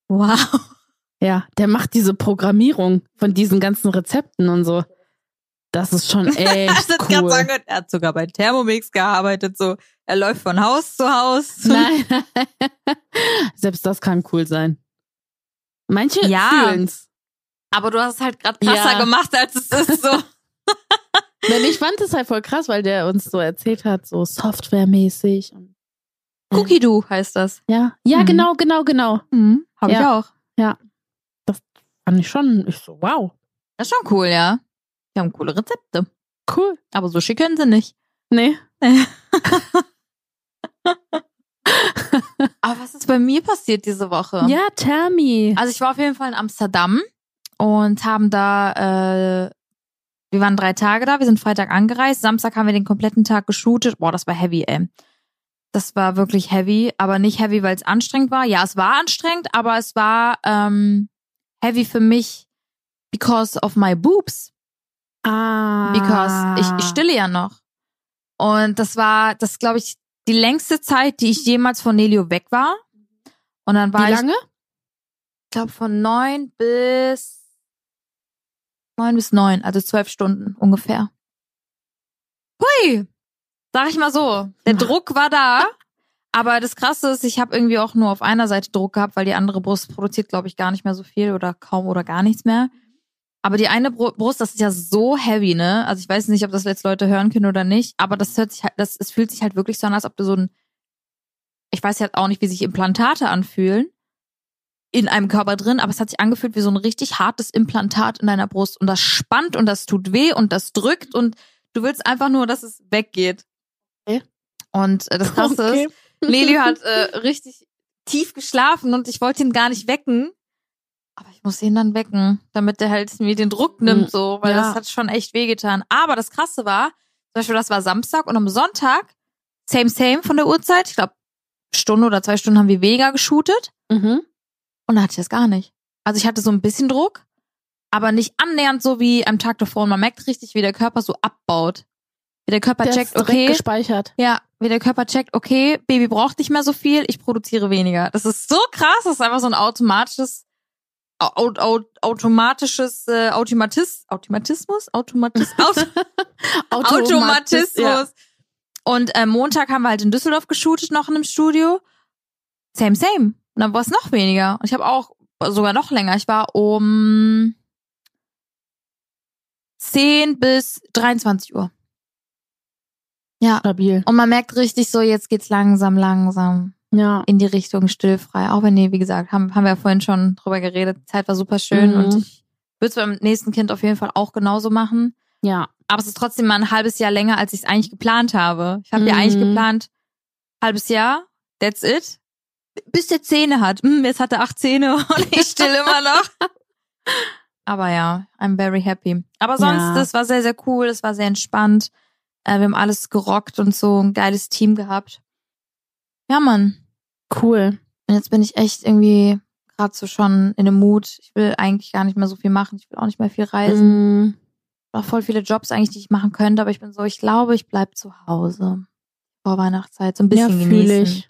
Speaker 1: Wow.
Speaker 2: Ja, der macht diese Programmierung von diesen ganzen Rezepten und so. Das ist schon echt
Speaker 1: Das
Speaker 2: cool.
Speaker 1: cool. Er hat sogar bei Thermomix gearbeitet. So, er läuft von Haus zu Haus.
Speaker 2: Nein. Selbst das kann cool sein. Manche
Speaker 1: Ja.
Speaker 2: fühlen's.
Speaker 1: Aber du hast es halt gerade krasser
Speaker 2: Ja.
Speaker 1: gemacht, als es ist. So.
Speaker 2: Denn ich fand es halt voll krass, weil der uns so erzählt hat, so softwaremäßig. und-
Speaker 1: Cookie Doo heißt das.
Speaker 2: Ja, ja,
Speaker 1: Mhm.
Speaker 2: genau, genau, genau.
Speaker 1: Mhm. Habe
Speaker 2: Ja.
Speaker 1: ich auch.
Speaker 2: Fand ich schon, ich so, wow,
Speaker 1: Das ist schon cool, ja. Die haben coole Rezepte.
Speaker 2: cool.
Speaker 1: Aber Sushi können sie nicht.
Speaker 2: Nee.
Speaker 1: Aber was ist bei mir passiert diese Woche?
Speaker 2: Ja, Tammy.
Speaker 1: Also ich war auf jeden Fall in Amsterdam und haben da, äh, wir waren drei Tage da, wir sind Freitag angereist, Samstag haben wir den kompletten Tag geshootet. Boah, das war heavy, ey. Das war wirklich heavy, aber nicht heavy, weil es anstrengend war. Ja, es war anstrengend, aber es war ähm, heavy für mich because of my boobs
Speaker 2: Ah.
Speaker 1: because ich, ich stille ja noch. Und das war, das glaube ich, die längste Zeit, die ich jemals von Nelio weg war. Und dann war
Speaker 2: Wie
Speaker 1: ich,
Speaker 2: lange?
Speaker 1: glaube von neun bis neun bis neun, also zwölf Stunden ungefähr. Hui, sag ich mal so, der Druck war da. Aber das Krasse ist, ich habe irgendwie auch nur auf einer Seite Druck gehabt, weil die andere Brust produziert, glaube ich, gar nicht mehr so viel oder kaum oder gar nichts mehr. Aber die eine Bru- Brust, das ist ja so heavy, ne? Also ich weiß nicht, ob das jetzt Leute hören können oder nicht, aber das hört sich halt, das, es fühlt sich halt wirklich so an, als ob du so ein, ich weiß ja auch nicht, wie sich Implantate anfühlen in einem Körper drin, aber es hat sich angefühlt wie so ein richtig hartes Implantat in deiner Brust und das spannt und das tut weh und das drückt und du willst einfach nur, dass es weggeht.
Speaker 2: Okay.
Speaker 1: Und äh, das Krasse ist, Lelio hat äh, richtig tief geschlafen und ich wollte ihn gar nicht wecken. Aber ich muss ihn dann wecken, damit der halt mir den Druck nimmt,
Speaker 2: Mhm.
Speaker 1: so, weil
Speaker 2: Ja.
Speaker 1: das hat schon echt wehgetan. Aber das Krasse war, zum Beispiel, das war Samstag und am Sonntag, same, same von der Uhrzeit, ich glaube, Stunde oder zwei Stunden haben wir weniger geshootet.
Speaker 2: Mhm.
Speaker 1: Und da hatte ich das gar nicht. Also ich hatte so ein bisschen Druck, aber nicht annähernd so wie am Tag davor. Und man merkt richtig, wie der Körper so abbaut. Wie der Körper
Speaker 2: Der ist
Speaker 1: checkt,
Speaker 2: direkt
Speaker 1: okay,
Speaker 2: gespeichert.
Speaker 1: ja, wie der Körper checkt, okay, Baby braucht nicht mehr so viel, ich produziere weniger. Das ist so krass, das ist einfach so ein automatisches, au, au, automatisches äh, Automatis, Automatismus? Automatis, Auto,
Speaker 2: Automatis-
Speaker 1: Automatismus.
Speaker 2: Ja.
Speaker 1: Und äh, Montag haben wir halt in Düsseldorf geshootet, noch in einem Studio. Same, same. Und dann war es noch weniger. Und ich habe auch sogar noch länger. Ich war um 10 bis 23 Uhr. Ja.
Speaker 2: Stabil.
Speaker 1: Und man merkt richtig so, jetzt geht's langsam, langsam
Speaker 2: Ja.
Speaker 1: in die Richtung stillfrei. Auch wenn, nee, wie gesagt, haben, haben wir ja vorhin schon drüber geredet. Die Zeit war super schön
Speaker 2: Mhm.
Speaker 1: und ich würde es beim nächsten Kind auf jeden Fall auch genauso machen.
Speaker 2: Ja.
Speaker 1: Aber es ist trotzdem mal ein halbes Jahr länger, als ich es eigentlich geplant habe. Ich habe ja
Speaker 2: Mhm.
Speaker 1: eigentlich geplant, halbes Jahr, that's it. bis der Zähne hat. Hm, jetzt hat er acht Zähne und ich still immer noch. Aber ja, I'm very happy. Aber sonst,
Speaker 2: Ja.
Speaker 1: das war sehr, sehr cool, das war sehr entspannt. Äh, wir haben alles gerockt und so ein geiles Team gehabt. Ja, Mann.
Speaker 2: Cool.
Speaker 1: Und jetzt bin ich echt irgendwie gerade so schon in einem Mut. Ich will eigentlich gar nicht mehr so viel machen. Ich will auch nicht mehr viel reisen.
Speaker 2: Mm,
Speaker 1: Noch voll viele Jobs eigentlich, die ich machen könnte, aber ich bin so, ich glaube, ich bleib zu Hause. Vor Weihnachtszeit. So ein
Speaker 2: ja,
Speaker 1: bisschen
Speaker 2: fühle
Speaker 1: genießen.
Speaker 2: ich.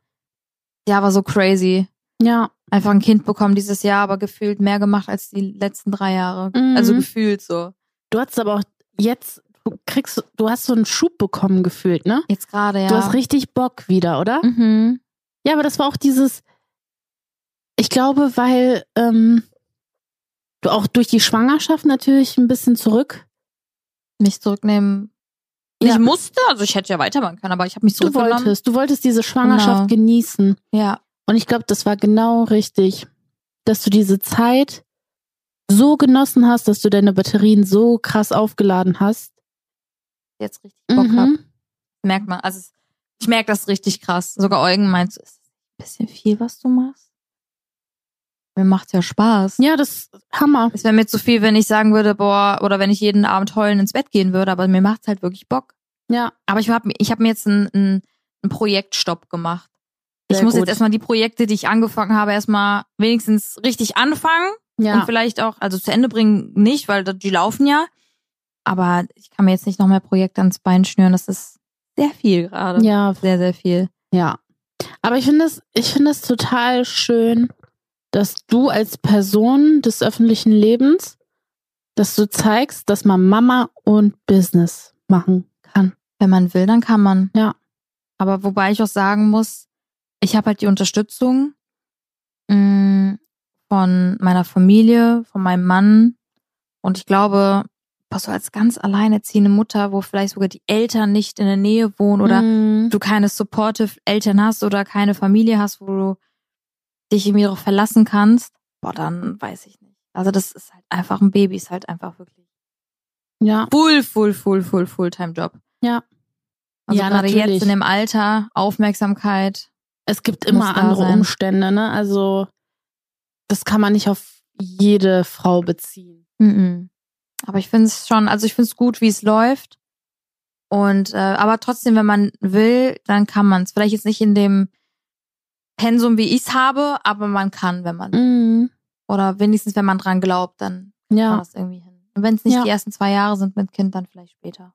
Speaker 1: Ja, war so crazy.
Speaker 2: Ja.
Speaker 1: Einfach ein Kind bekommen dieses Jahr, aber gefühlt mehr gemacht als die letzten drei Jahre.
Speaker 2: Mhm.
Speaker 1: Also gefühlt so.
Speaker 2: Du hattest aber auch jetzt, du kriegst, du hast so einen Schub bekommen gefühlt, ne?
Speaker 1: Jetzt gerade, ja.
Speaker 2: Du hast richtig Bock wieder, oder?
Speaker 1: mhm.
Speaker 2: Ja, aber das war auch dieses, ich glaube, weil ähm, du auch durch die Schwangerschaft natürlich ein bisschen zurück.
Speaker 1: Mich zurücknehmen.
Speaker 2: Ja.
Speaker 1: Ich musste, also ich hätte ja weitermachen können, aber ich habe mich
Speaker 2: Du
Speaker 1: zurückgenommen.
Speaker 2: wolltest, du wolltest diese Schwangerschaft
Speaker 1: Genau.
Speaker 2: genießen.
Speaker 1: Ja.
Speaker 2: Und ich glaube, das war genau richtig, dass du diese Zeit so genossen hast, dass du deine Batterien so krass aufgeladen hast.
Speaker 1: Jetzt richtig Bock
Speaker 2: Mhm.
Speaker 1: hab. merkt man, also es- ich merke das richtig krass. Sogar Eugen meint, so, es ist ein bisschen viel, was du machst. Mir macht's ja Spaß.
Speaker 2: Ja, das ist Hammer.
Speaker 1: Es wäre mir zu viel, wenn ich sagen würde, boah, oder wenn ich jeden Abend heulen ins Bett gehen würde, aber mir macht's halt wirklich Bock.
Speaker 2: Ja.
Speaker 1: Aber ich habe ich hab mir jetzt einen, einen, einen Projektstopp gemacht. ich
Speaker 2: Sehr
Speaker 1: muss
Speaker 2: gut.
Speaker 1: jetzt erstmal die Projekte, die ich angefangen habe, erstmal wenigstens richtig anfangen und
Speaker 2: Ja.
Speaker 1: vielleicht auch, also zu Ende bringen nicht, weil die laufen ja. Aber ich kann mir jetzt nicht noch mehr Projekte ans Bein schnüren. Das ist sehr viel gerade.
Speaker 2: Ja,
Speaker 1: Sehr, sehr viel.
Speaker 2: Ja. Aber ich finde es, ich finde es total schön, dass du als Person des öffentlichen Lebens, dass du zeigst, dass man Mama und Business machen kann.
Speaker 1: Wenn man will, dann kann man.
Speaker 2: Ja.
Speaker 1: Aber wobei ich auch sagen muss, ich habe halt die Unterstützung mh, von meiner Familie, von meinem Mann. Und ich glaube, was so als ganz alleinerziehende Mutter, wo vielleicht sogar die Eltern nicht in der Nähe wohnen
Speaker 2: Mhm.
Speaker 1: oder du keine supportive Eltern hast oder keine Familie hast, wo du dich irgendwie darauf verlassen kannst, boah, dann weiß ich nicht. Also das ist halt einfach ein Baby, ist halt einfach wirklich
Speaker 2: ja,
Speaker 1: full, full, full, full, fulltime Job.
Speaker 2: Ja.
Speaker 1: Also
Speaker 2: Ja,
Speaker 1: gerade
Speaker 2: natürlich.
Speaker 1: jetzt in dem Alter, Aufmerksamkeit.
Speaker 2: es gibt
Speaker 1: Muss
Speaker 2: immer
Speaker 1: da
Speaker 2: andere
Speaker 1: sein.
Speaker 2: Umstände, ne? Also, das kann man nicht auf jede Frau beziehen.
Speaker 1: Mhm. Aber ich finde es schon, also ich finde es gut, wie es läuft. Und äh, aber trotzdem, wenn man will, dann kann man es. Vielleicht jetzt nicht in dem Pensum, wie ich es habe, aber man kann, wenn
Speaker 2: Mm.
Speaker 1: man. Oder wenigstens, wenn man dran glaubt, dann kann
Speaker 2: Ja.
Speaker 1: man es irgendwie hin. Und wenn es nicht
Speaker 2: Ja.
Speaker 1: die ersten zwei Jahre sind mit Kind, dann vielleicht später.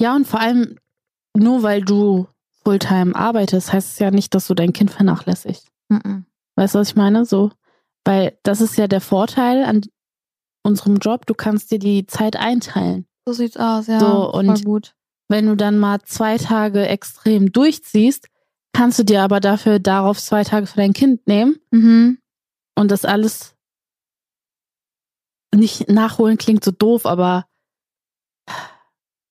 Speaker 2: Ja, und vor allem, nur weil du Fulltime arbeitest, heißt es ja nicht, dass du dein Kind vernachlässigst.
Speaker 1: Mhm.
Speaker 2: Weißt du, was ich meine? So, weil das ist ja der Vorteil an unserem Job. Du kannst dir die Zeit einteilen.
Speaker 1: So sieht's aus, ja.
Speaker 2: So,
Speaker 1: voll
Speaker 2: und-
Speaker 1: gut.
Speaker 2: Wenn du dann mal zwei Tage extrem durchziehst, kannst du dir aber dafür darauf zwei Tage für dein Kind nehmen
Speaker 1: Mhm.
Speaker 2: und das alles nicht nachholen klingt so doof, aber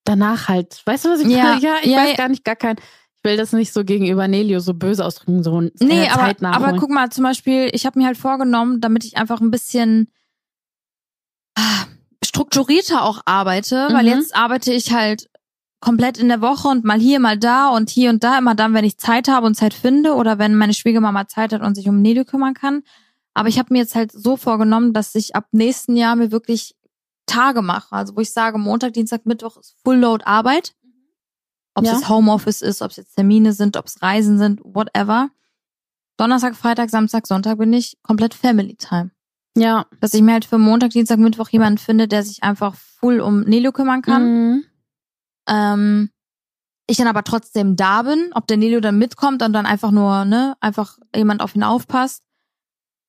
Speaker 2: danach halt. Weißt du, was ich
Speaker 1: Ja,
Speaker 2: meine? Ja, ich
Speaker 1: ja,
Speaker 2: weiß
Speaker 1: ja.
Speaker 2: gar nicht, gar kein. Ich will das nicht so gegenüber Nelio so böse ausdrücken, so eine
Speaker 1: Nee, aber,
Speaker 2: Zeit nachholen.
Speaker 1: aber guck mal, zum Beispiel, ich habe mir halt vorgenommen, damit ich einfach ein bisschen ah, strukturierter auch arbeite, weil
Speaker 2: Mhm.
Speaker 1: jetzt arbeite ich halt komplett in der Woche und mal hier, mal da und hier und da, immer dann, wenn ich Zeit habe und Zeit finde oder wenn meine Schwiegermama Zeit hat und sich um Nele kümmern kann. Aber ich habe mir jetzt halt so vorgenommen, dass ich ab nächsten Jahr mir wirklich Tage mache. Also wo ich sage, Montag, Dienstag, Mittwoch ist Full Load Arbeit. Ob
Speaker 2: Ja.
Speaker 1: es jetzt Homeoffice ist, ob es jetzt Termine sind, ob es Reisen sind, whatever. Donnerstag, Freitag, Samstag, Sonntag bin ich komplett Family Time.
Speaker 2: ja.
Speaker 1: Dass ich mir halt für Montag, Dienstag, Mittwoch jemanden finde, der sich einfach full um Nelo kümmern kann.
Speaker 2: Mhm.
Speaker 1: Ähm, ich dann aber trotzdem da bin, ob der Nelo dann mitkommt und dann einfach nur, ne, einfach jemand auf ihn aufpasst.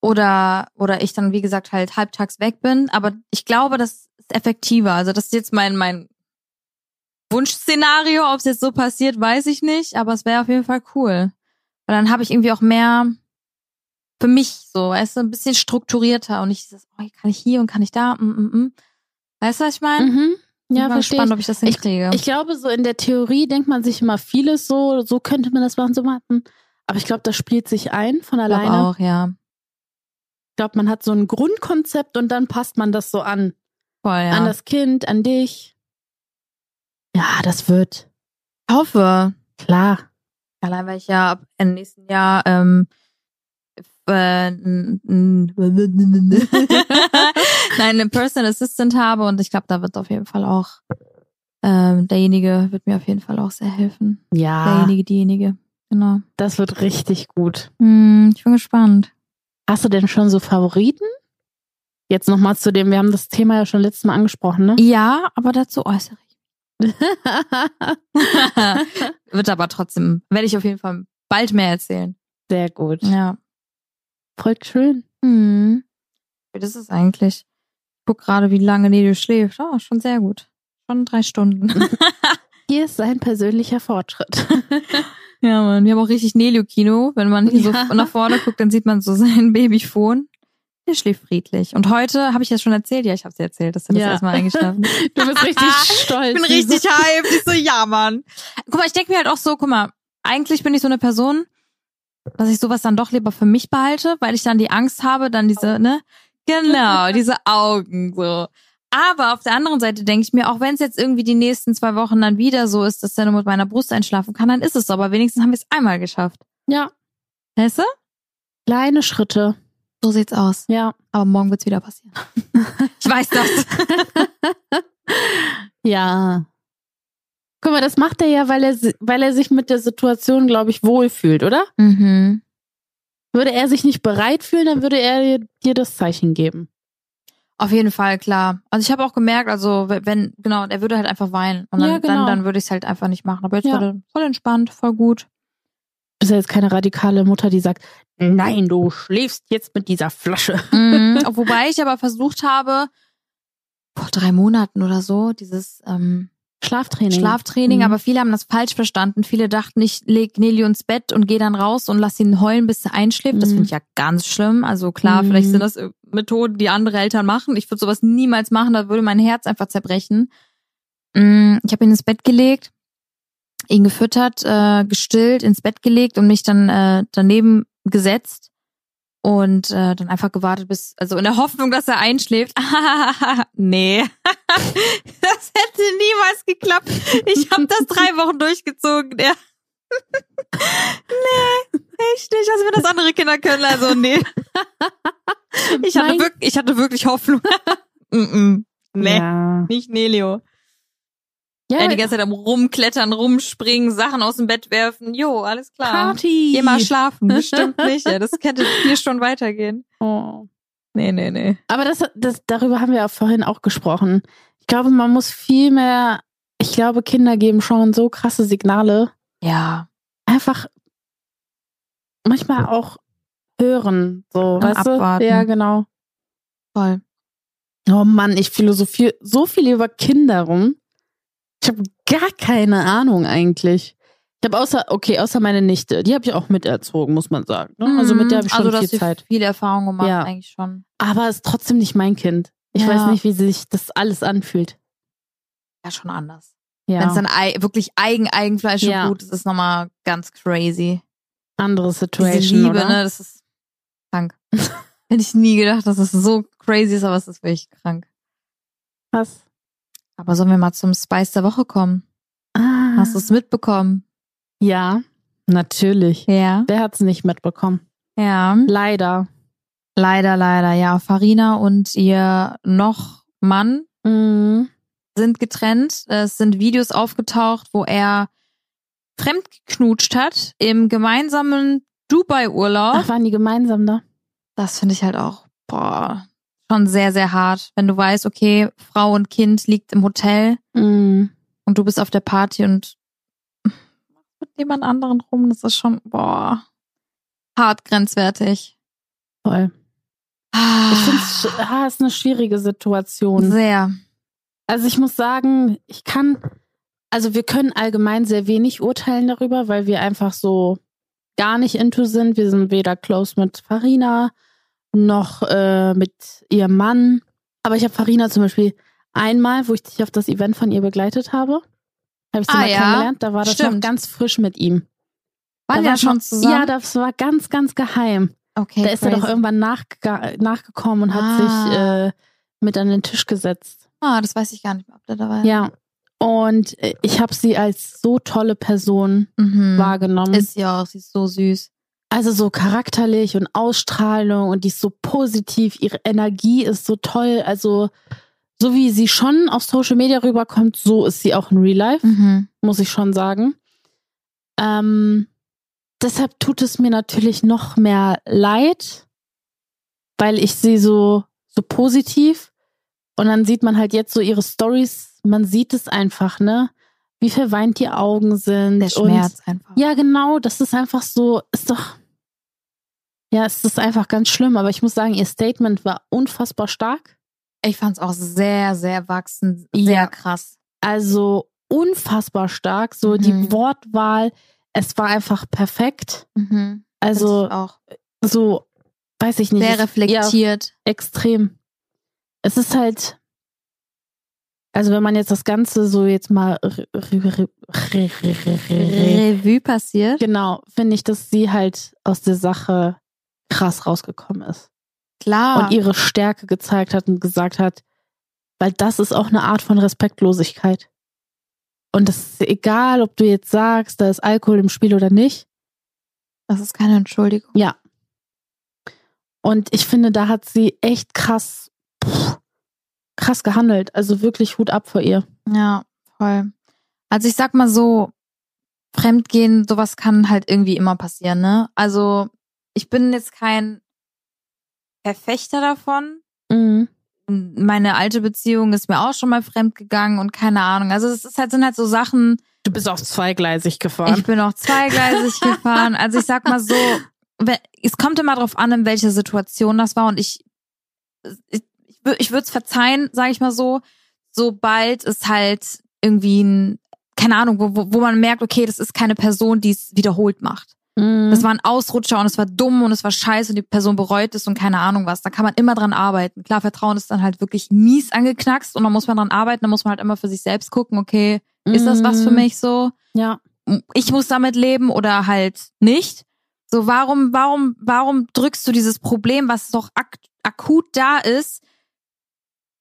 Speaker 1: Oder, oder ich dann, wie gesagt, halt halbtags weg bin. Aber ich glaube, das ist effektiver. Also das ist jetzt mein, mein Wunschszenario. Ob es jetzt so passiert, weiß ich nicht. Aber es wäre auf jeden Fall cool. Weil dann habe ich irgendwie auch mehr für mich so, weißt du, ein bisschen strukturierter und nicht dieses, oh, kann ich hier und kann ich da, mm, mm, mm. Weißt du, was ich meine?
Speaker 2: Mhm.
Speaker 1: ich
Speaker 2: Ja,
Speaker 1: bin mal
Speaker 2: verstehe.
Speaker 1: gespannt, ob ich das hinkriege.
Speaker 2: Ich glaube, so in der Theorie denkt man sich immer vieles so, so könnte man das machen, so machen. Aber ich glaube, das spielt sich ein von
Speaker 1: Ich glaub
Speaker 2: alleine.
Speaker 1: auch, ja.
Speaker 2: Ich glaube, man hat so ein Grundkonzept und dann passt man das so an.
Speaker 1: Voll, ja.
Speaker 2: An das Kind, an dich. Ja, das wird.
Speaker 1: Ich hoffe.
Speaker 2: Klar.
Speaker 1: Allein weil ich ja ab Ende nächsten Jahr ähm, äh, n- n- nein, eine Personal Assistant habe und ich glaube, da wird auf jeden Fall auch ähm, derjenige wird mir auf jeden Fall auch sehr helfen.
Speaker 2: Ja,
Speaker 1: Derjenige, diejenige. Genau.
Speaker 2: das wird richtig gut.
Speaker 1: Hm, ich bin gespannt.
Speaker 2: Hast du denn schon so Favoriten? Jetzt nochmal zu dem, wir haben das Thema ja schon letztes Mal angesprochen, ne?
Speaker 1: Ja, aber dazu äußere ich. wird aber trotzdem, werde ich auf jeden Fall bald mehr erzählen.
Speaker 2: Sehr gut.
Speaker 1: Ja.
Speaker 2: Voll schön.
Speaker 1: Hm. Wie das ist eigentlich? Ich guck gerade, wie lange Nedo schläft. Ah, schon sehr gut. Schon drei Stunden.
Speaker 2: Hier ist sein persönlicher Fortschritt.
Speaker 1: Ja, man. Wir haben auch richtig Nelio-Kino. Wenn man hier
Speaker 2: Ja.
Speaker 1: so nach vorne guckt, dann sieht man so sein Babyfon. Der schläft friedlich. Und heute habe ich ja schon erzählt, ja, ich habe es erzählt, dass er das
Speaker 2: Ja.
Speaker 1: erstmal eingeschlafen ist.
Speaker 2: Du bist richtig stolz.
Speaker 1: Ich bin richtig hyped. Ich so, ja, Mann. Guck mal, ich denke mir halt auch so, guck mal, eigentlich bin ich so eine Person, dass ich sowas dann doch lieber für mich behalte, weil ich dann die Angst habe, dann diese, ne? Genau, diese Augen so. Aber auf der anderen Seite denke ich mir, auch wenn es jetzt irgendwie die nächsten zwei Wochen dann wieder so ist, dass der nur mit meiner Brust einschlafen kann, dann ist es so. Aber wenigstens haben wir es einmal geschafft.
Speaker 2: Ja,
Speaker 1: Weißt du?
Speaker 2: kleine Schritte.
Speaker 1: So sieht's aus.
Speaker 2: Ja.
Speaker 1: Aber morgen wird's wieder passieren. ich weiß das.
Speaker 2: Ja. Guck mal, das macht er ja, weil er, si- weil er sich mit der Situation, glaube ich, wohlfühlt, oder?
Speaker 1: Mhm.
Speaker 2: Würde er sich nicht bereit fühlen, dann würde er dir- dir das Zeichen geben.
Speaker 1: Auf jeden Fall, klar. Also ich habe auch gemerkt, also we- wenn, genau, er würde halt einfach weinen. Und dann,
Speaker 2: Ja, genau.
Speaker 1: dann, dann würde ich es halt einfach nicht machen. Aber jetzt
Speaker 2: Ja.
Speaker 1: war er voll entspannt, voll gut.
Speaker 2: Bist ja jetzt keine radikale Mutter, die sagt, nein, du schläfst jetzt mit dieser Flasche.
Speaker 1: Mhm. Wobei ich aber versucht habe, vor drei Monaten oder so, dieses ähm,
Speaker 2: Schlaftraining.
Speaker 1: Schlaftraining,
Speaker 2: Mhm.
Speaker 1: aber viele haben das falsch verstanden. Viele dachten, ich leg Nelly ins Bett und gehe dann raus und lass ihn heulen, bis er einschläft. Das
Speaker 2: Mhm.
Speaker 1: finde ich ja ganz schlimm. Also klar,
Speaker 2: Mhm.
Speaker 1: vielleicht sind das äh, Methoden, die andere Eltern machen. Ich würde sowas niemals machen, da würde mein Herz einfach zerbrechen. Mm, Ich habe ihn ins Bett gelegt, ihn gefüttert, äh, gestillt, ins Bett gelegt und mich dann äh, daneben gesetzt und äh, dann einfach gewartet bis, also in der Hoffnung, dass er einschläft. nee, das hätte niemals geklappt. Ich habe das drei Wochen durchgezogen. Ja. nee, echt nicht, als wenn das andere Kinder können. Also nee. Ich hatte,
Speaker 2: Mein-
Speaker 1: wirklich, ich hatte wirklich Hoffnung. Mm, mm. nee,
Speaker 2: Ja.
Speaker 1: nicht Nelio.
Speaker 2: ja
Speaker 1: Äh, die ganze Zeit am Rumklettern, Rumspringen, Sachen aus dem Bett werfen. Jo, alles klar.
Speaker 2: Party.
Speaker 1: Geh mal schlafen, bestimmt nicht. Ja, das könnte hier schon weitergehen.
Speaker 2: oh.
Speaker 1: Nee, nee, nee.
Speaker 2: Aber das, das, darüber haben wir ja vorhin auch gesprochen. Ich glaube, man muss viel mehr, ich glaube, Kinder geben schon so krasse Signale.
Speaker 1: Ja,
Speaker 2: Einfach manchmal auch hören, so,
Speaker 1: Und
Speaker 2: weißt
Speaker 1: abwarten.
Speaker 2: du? Ja, genau.
Speaker 1: voll.
Speaker 2: Oh Mann, ich philosophiere so viel über Kinder rum. Ich habe gar keine Ahnung eigentlich. Ich habe außer, okay, außer meine Nichte, die habe ich auch miterzogen, muss man sagen. Ne? Also mit der habe ich schon
Speaker 1: also, dass
Speaker 2: viel
Speaker 1: sie
Speaker 2: Zeit.
Speaker 1: viel Erfahrung gemacht,
Speaker 2: Ja.
Speaker 1: eigentlich schon.
Speaker 2: Aber ist trotzdem nicht mein Kind. Ich
Speaker 1: Ja.
Speaker 2: weiß nicht, wie sich das alles anfühlt.
Speaker 1: Ja, schon anders.
Speaker 2: Ja.
Speaker 1: Wenn es dann ei wirklich eigen Eigenfleisch
Speaker 2: Ja.
Speaker 1: und gut ist, ist nochmal ganz crazy.
Speaker 2: andere Situation,
Speaker 1: Diese Liebe,
Speaker 2: oder?
Speaker 1: ne, das ist krank. Hätte ich nie gedacht, dass es so crazy ist, aber es ist wirklich krank.
Speaker 2: Was?
Speaker 1: Aber sollen wir mal zum Spice der Woche kommen?
Speaker 2: Ah.
Speaker 1: Hast du es mitbekommen?
Speaker 2: Ja, natürlich.
Speaker 1: Ja.
Speaker 2: Wer hat's nicht mitbekommen?
Speaker 1: Ja.
Speaker 2: Leider.
Speaker 1: Leider, leider, ja. Farina und ihr noch Mann
Speaker 2: Mhm.
Speaker 1: sind getrennt. Es sind Videos aufgetaucht, wo er fremdgeknutscht hat im gemeinsamen Dubai-Urlaub.
Speaker 2: Ach, waren die gemeinsam da?
Speaker 1: Das finde ich halt auch, boah, schon sehr, sehr hart. Wenn du weißt, okay, Frau und Kind liegt im Hotel
Speaker 2: Mhm.
Speaker 1: und du bist auf der Party und mit jemand anderen rum, das ist schon, boah, hart grenzwertig.
Speaker 2: Voll. Ich finde es ah, ist eine schwierige Situation.
Speaker 1: sehr.
Speaker 2: Also ich muss sagen, ich kann, also wir können allgemein sehr wenig urteilen darüber, weil wir einfach so gar nicht into sind. Wir sind weder close mit Farina noch äh, mit ihrem Mann. Aber ich habe Farina zum Beispiel einmal, wo ich dich auf das Event von ihr begleitet habe, habe ich sie
Speaker 1: Ah,
Speaker 2: mal
Speaker 1: ja.
Speaker 2: kennengelernt. Da war das noch
Speaker 1: Stimmt.
Speaker 2: ganz frisch mit ihm.
Speaker 1: Waren
Speaker 2: da
Speaker 1: ja
Speaker 2: war's
Speaker 1: schon
Speaker 2: noch-
Speaker 1: zusammen.
Speaker 2: Ja, das war ganz, ganz geheim.
Speaker 1: okay,
Speaker 2: da ist er doch
Speaker 1: crazy.
Speaker 2: irgendwann nachge nachgekommen und hat
Speaker 1: Ah.
Speaker 2: sich äh, mit an den Tisch gesetzt.
Speaker 1: Ah, das weiß ich gar nicht mehr, ob der dabei
Speaker 2: Ja. Ähm, Und äh, ich habe sie als so tolle Person
Speaker 1: Mhm.
Speaker 2: wahrgenommen.
Speaker 1: Ist sie auch, sie ist so süß.
Speaker 2: Also so charakterlich und Ausstrahlung und die ist so positiv, ihre Energie ist so toll. Also so wie sie schon auf Social Media rüberkommt, so ist sie auch in Real Life,
Speaker 1: Mhm.
Speaker 2: muss ich schon sagen. Ähm, deshalb tut es mir natürlich noch mehr leid, weil ich sie so, so positiv und dann sieht man halt jetzt so ihre Stories, man sieht es einfach, ne? Wie verweint die Augen sind.
Speaker 1: Der
Speaker 2: und-
Speaker 1: Schmerz einfach.
Speaker 2: ja, genau. Das ist einfach so, ist doch. Ja, es ist einfach ganz schlimm, aber ich muss sagen, ihr Statement war unfassbar stark.
Speaker 1: Ich fand es auch sehr, sehr wachsend, sehr
Speaker 2: Ja.
Speaker 1: krass.
Speaker 2: Also unfassbar stark. So
Speaker 1: Mhm.
Speaker 2: die Wortwahl, es war einfach perfekt.
Speaker 1: Mhm.
Speaker 2: Also
Speaker 1: Fand ich auch
Speaker 2: so, weiß ich nicht.
Speaker 1: sehr
Speaker 2: es- Ja,
Speaker 1: reflektiert.
Speaker 2: extrem. Es ist halt, also wenn man jetzt das Ganze so jetzt mal
Speaker 1: Revue passiert.
Speaker 2: genau, finde ich, dass sie halt aus der Sache krass rausgekommen ist.
Speaker 1: Klar.
Speaker 2: und ihre Stärke gezeigt hat und gesagt hat, weil das ist auch eine Art von Respektlosigkeit. Und das ist egal, ob du jetzt sagst, da ist Alkohol im Spiel oder nicht.
Speaker 1: das ist keine Entschuldigung.
Speaker 2: Ja. Und ich finde, da hat sie echt krass, pff, krass gehandelt. Also wirklich Hut ab vor ihr.
Speaker 1: Ja, voll. Also ich sag mal so, Fremdgehen, sowas kann halt irgendwie immer passieren, ne? Also ich bin jetzt kein Verfechter davon. Mhm. Meine alte Beziehung ist mir auch schon mal fremdgegangen und keine Ahnung. Also es ist halt, sind halt so Sachen,
Speaker 2: Du bist auch zweigleisig
Speaker 1: Ich bin auch zweigleisig gefahren. Also ich sag mal so, we- es kommt immer drauf an, in welcher Situation das war und ich ich, ich, wür- ich würde es verzeihen, sage ich mal so, sobald es halt irgendwie ein keine Ahnung, wo, wo, wo man merkt, okay, das ist keine Person, die es wiederholt macht.
Speaker 2: mhm.
Speaker 1: Das war ein Ausrutscher und es war dumm und es war scheiße und die Person bereut es und keine Ahnung was. Da kann man immer dran arbeiten. Klar, Vertrauen ist dann halt wirklich mies angeknackst und da muss man dran arbeiten, da muss man halt immer für sich selbst gucken, okay, ist das was für mich so?
Speaker 2: Mhm. Ja.
Speaker 1: ich muss damit leben oder halt nicht. So, warum, warum, warum drückst du dieses Problem, was doch ak akut da ist,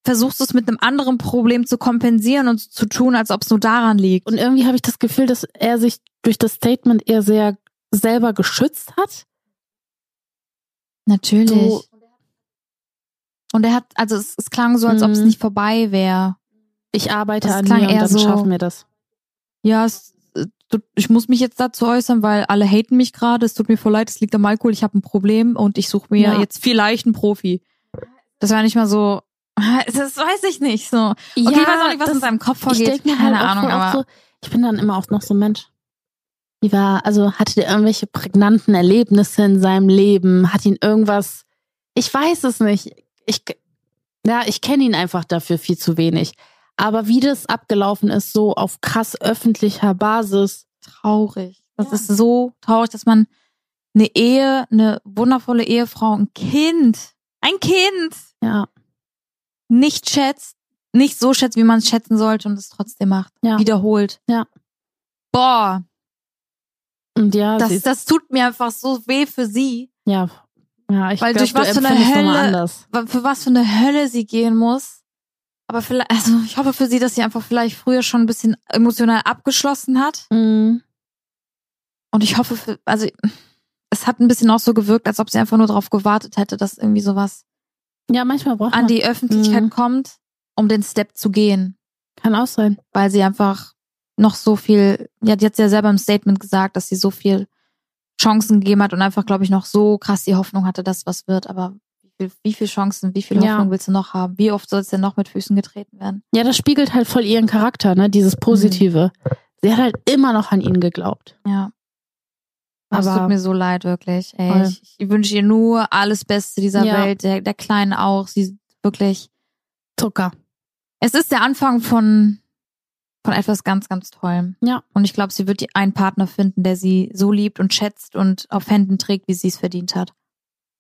Speaker 1: versuchst es mit einem anderen Problem zu kompensieren und zu tun, als ob es nur daran liegt.
Speaker 2: Und irgendwie habe ich das Gefühl, dass er sich durch das Statement eher sehr selber geschützt hat.
Speaker 1: natürlich.
Speaker 2: So,
Speaker 1: und er hat, also es, es klang so, als ob es
Speaker 2: Mhm.
Speaker 1: nicht vorbei wäre.
Speaker 2: ich arbeite
Speaker 1: Das
Speaker 2: an mir
Speaker 1: klang
Speaker 2: und
Speaker 1: eher
Speaker 2: dann
Speaker 1: so-
Speaker 2: schaffen wir das.
Speaker 1: Ja, es, äh, du- ich muss mich jetzt dazu äußern, weil alle haten mich gerade. Es tut mir voll leid, es liegt am Alkohol, ich habe ein Problem und ich suche mir
Speaker 2: Ja.
Speaker 1: jetzt vielleicht einen Profi. Das war nicht mal so, das weiß ich nicht so. Okay, ich weiß auch nicht, was in
Speaker 2: das-
Speaker 1: seinem Kopf
Speaker 2: ich
Speaker 1: vorgeht.
Speaker 2: denk mir halt
Speaker 1: Keine
Speaker 2: auch
Speaker 1: Ahnung,
Speaker 2: voll oft
Speaker 1: aber
Speaker 2: so, ich bin dann immer auch noch so ein Mensch. Wie war, also hatte der irgendwelche prägnanten Erlebnisse in seinem Leben? Hat ihn irgendwas? Ich weiß es nicht. Ich, ja, ich kenne ihn einfach dafür viel zu wenig. Aber wie das abgelaufen ist, so auf krass öffentlicher Basis,
Speaker 1: traurig. Das
Speaker 2: Ja.
Speaker 1: ist so traurig, dass man eine Ehe, eine wundervolle Ehefrau, ein Kind, ein Kind
Speaker 2: ja,
Speaker 1: nicht schätzt, nicht so schätzt, wie man es schätzen sollte und es trotzdem macht.
Speaker 2: ja.
Speaker 1: Wiederholt.
Speaker 2: Ja.
Speaker 1: Boah,
Speaker 2: Und ja, sie,
Speaker 1: das, das tut mir einfach so weh für sie.
Speaker 2: ja, ja, ich
Speaker 1: Weil
Speaker 2: glaub,
Speaker 1: durch
Speaker 2: du
Speaker 1: was für eine
Speaker 2: empfindest nochmal
Speaker 1: Hölle-
Speaker 2: anders.
Speaker 1: wa- für was für eine Hölle sie gehen muss. Aber vielleicht, also ich hoffe für sie, dass sie einfach vielleicht früher schon ein bisschen emotional abgeschlossen hat.
Speaker 2: Mhm.
Speaker 1: Und ich hoffe, für, also es hat ein bisschen auch so gewirkt, als ob sie einfach nur darauf gewartet hätte, dass irgendwie sowas
Speaker 2: Ja, manchmal braucht
Speaker 1: an
Speaker 2: man.
Speaker 1: die Öffentlichkeit
Speaker 2: Mhm.
Speaker 1: kommt, um den Step zu gehen.
Speaker 2: Kann auch sein.
Speaker 1: Weil sie einfach noch so viel, ja, die hat sie ja selber im Statement gesagt, dass sie so viel Chancen gegeben hat und einfach, glaube ich, noch so krass die Hoffnung hatte, dass was wird. Aber wie viel, wie viel Chancen, wie viel
Speaker 2: Ja.
Speaker 1: Hoffnung willst du noch haben? Wie oft soll es denn noch mit Füßen getreten werden?
Speaker 2: Ja, das spiegelt halt voll ihren Charakter, ne? Dieses Positive. Sie hat halt immer noch an ihn geglaubt.
Speaker 1: Ja. Aber es
Speaker 2: Aber-
Speaker 1: tut mir so leid, wirklich. Ey,
Speaker 2: Voll.
Speaker 1: ich, ich wünsche ihr nur alles Beste dieser
Speaker 2: Ja.
Speaker 1: Welt, der, der Kleinen auch. Sie ist wirklich.
Speaker 2: Zucker.
Speaker 1: Es ist der Anfang von, von etwas ganz, ganz Tollem.
Speaker 2: Ja.
Speaker 1: Und ich glaube, sie wird die- einen Partner finden, der sie so liebt und schätzt und auf Händen trägt, wie sie es verdient hat.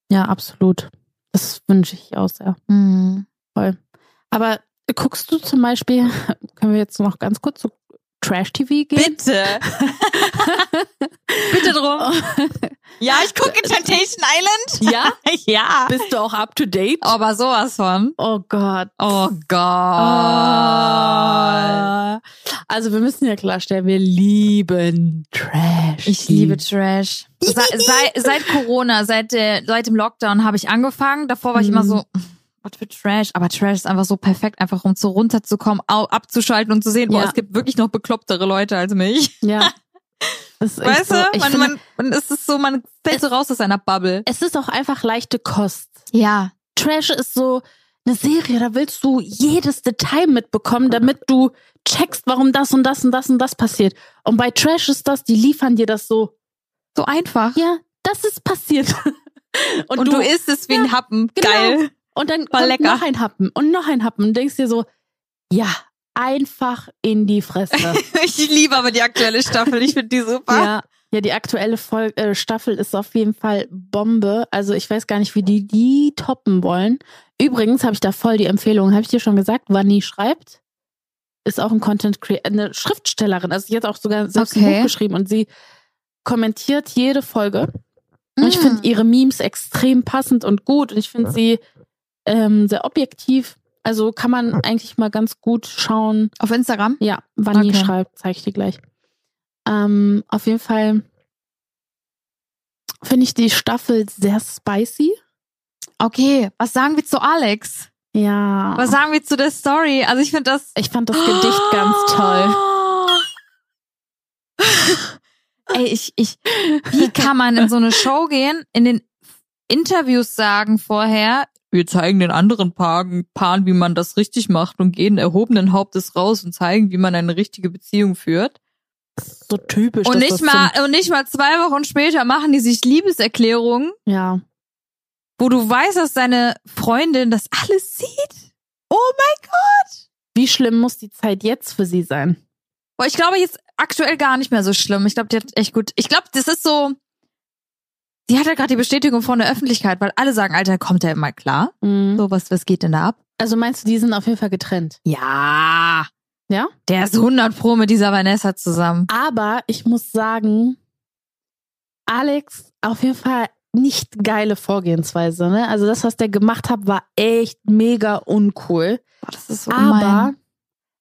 Speaker 2: Ja, absolut. Das wünsche ich auch sehr.
Speaker 1: Mhm.
Speaker 2: Aber guckst du zum Beispiel, können wir jetzt noch ganz kurz zu Trash TV gehen?
Speaker 1: Bitte! Bitte drum! Ja, ich gucke Temptation Island.
Speaker 2: Ja?
Speaker 1: ja.
Speaker 2: Bist du auch up to date?
Speaker 1: Aber sowas von.
Speaker 2: Oh Gott.
Speaker 1: Oh Gott.
Speaker 2: Ah. Also wir müssen ja klarstellen, wir lieben Trash.
Speaker 1: Ich liebe Trash. Se, sei, seit Corona, seit, der, seit dem Lockdown habe ich angefangen. Davor war ich immer so, was für Trash. Aber Trash ist einfach so perfekt, einfach um so runterzukommen, au- abzuschalten und zu sehen, boah,
Speaker 2: Ja.
Speaker 1: es gibt wirklich noch beklopptere Leute als mich.
Speaker 2: Ja. Das ist echt
Speaker 1: Weißt
Speaker 2: so.
Speaker 1: du?
Speaker 2: Ich
Speaker 1: Man,
Speaker 2: finde,
Speaker 1: man, man, es ist so, man fällt so raus aus einer Bubble.
Speaker 2: es ist auch einfach leichte Kost.
Speaker 1: Ja.
Speaker 2: Trash ist so eine Serie, da willst du jedes Detail mitbekommen, damit du checkst, warum das und das und das und das passiert. Und bei Trash ist das, die liefern dir das so,
Speaker 1: So einfach.
Speaker 2: ja, das ist passiert.
Speaker 1: Und, du, isst es wie ein Happen.
Speaker 2: genau.
Speaker 1: Geil.
Speaker 2: Und dann
Speaker 1: War
Speaker 2: kommt
Speaker 1: lecker.
Speaker 2: noch ein Happen und noch ein Happen und denkst dir so, ja, einfach in die Fresse.
Speaker 1: Ich liebe aber die aktuelle Staffel. Ich finde die super.
Speaker 2: ja. Ja, die aktuelle Fol äh, Staffel ist auf jeden Fall Bombe. Also ich weiß gar nicht, wie die die toppen wollen. Übrigens habe ich da voll die Empfehlung. Habe ich dir schon gesagt, Vanni schreibt, ist auch ein Content Creator, eine Schriftstellerin. Also sie hat auch sogar selbst ein
Speaker 1: Okay.
Speaker 2: Buch geschrieben und sie kommentiert jede Folge. Und ich
Speaker 1: Mm.
Speaker 2: finde ihre Memes extrem passend und gut. Und ich finde sie ähm, sehr objektiv. Also kann man eigentlich mal ganz gut schauen.
Speaker 1: Auf Instagram?
Speaker 2: Ja, wann die
Speaker 1: Okay.
Speaker 2: schreibt, zeige ich dir gleich. Ähm, auf jeden Fall finde ich die Staffel sehr spicy.
Speaker 1: Okay, was sagen wir zu Alex?
Speaker 2: Ja.
Speaker 1: Was sagen wir zu der Story? Also ich finde das
Speaker 2: ich fand das Gedicht ganz
Speaker 1: Oh!
Speaker 2: toll.
Speaker 1: Ey, ich, ich, wie kann man in so eine Show gehen, in den Interviews sagen vorher, wir zeigen den anderen Paaren, Paaren, wie man das richtig macht und gehen erhobenen Hauptes raus und zeigen, wie man eine richtige Beziehung führt.
Speaker 2: So typisch.
Speaker 1: Und
Speaker 2: dass
Speaker 1: nicht
Speaker 2: das
Speaker 1: mal, und nicht mal zwei Wochen später machen die sich Liebeserklärungen,
Speaker 2: Zum, ja.
Speaker 1: wo du weißt, dass deine Freundin das alles sieht. Oh mein Gott!
Speaker 2: Wie schlimm muss die Zeit jetzt für sie sein?
Speaker 1: Boah, ich glaube jetzt aktuell gar nicht mehr so schlimm. Ich glaube, die hat echt gut. Ich glaube, das ist so. Die hat ja gerade die Bestätigung von der Öffentlichkeit, weil alle sagen, Alter, kommt der immer klar.
Speaker 2: Mhm.
Speaker 1: So, was, was geht denn da ab?
Speaker 2: Also meinst du, die sind auf jeden Fall getrennt?
Speaker 1: Ja.
Speaker 2: Ja?
Speaker 1: Der ist 100 Pro mit dieser Vanessa zusammen.
Speaker 2: Aber ich muss sagen, Alex, auf jeden Fall nicht geile Vorgehensweise. Ne? Also das, was der gemacht hat, war echt mega uncool.
Speaker 1: Boah, das ist so
Speaker 2: Aber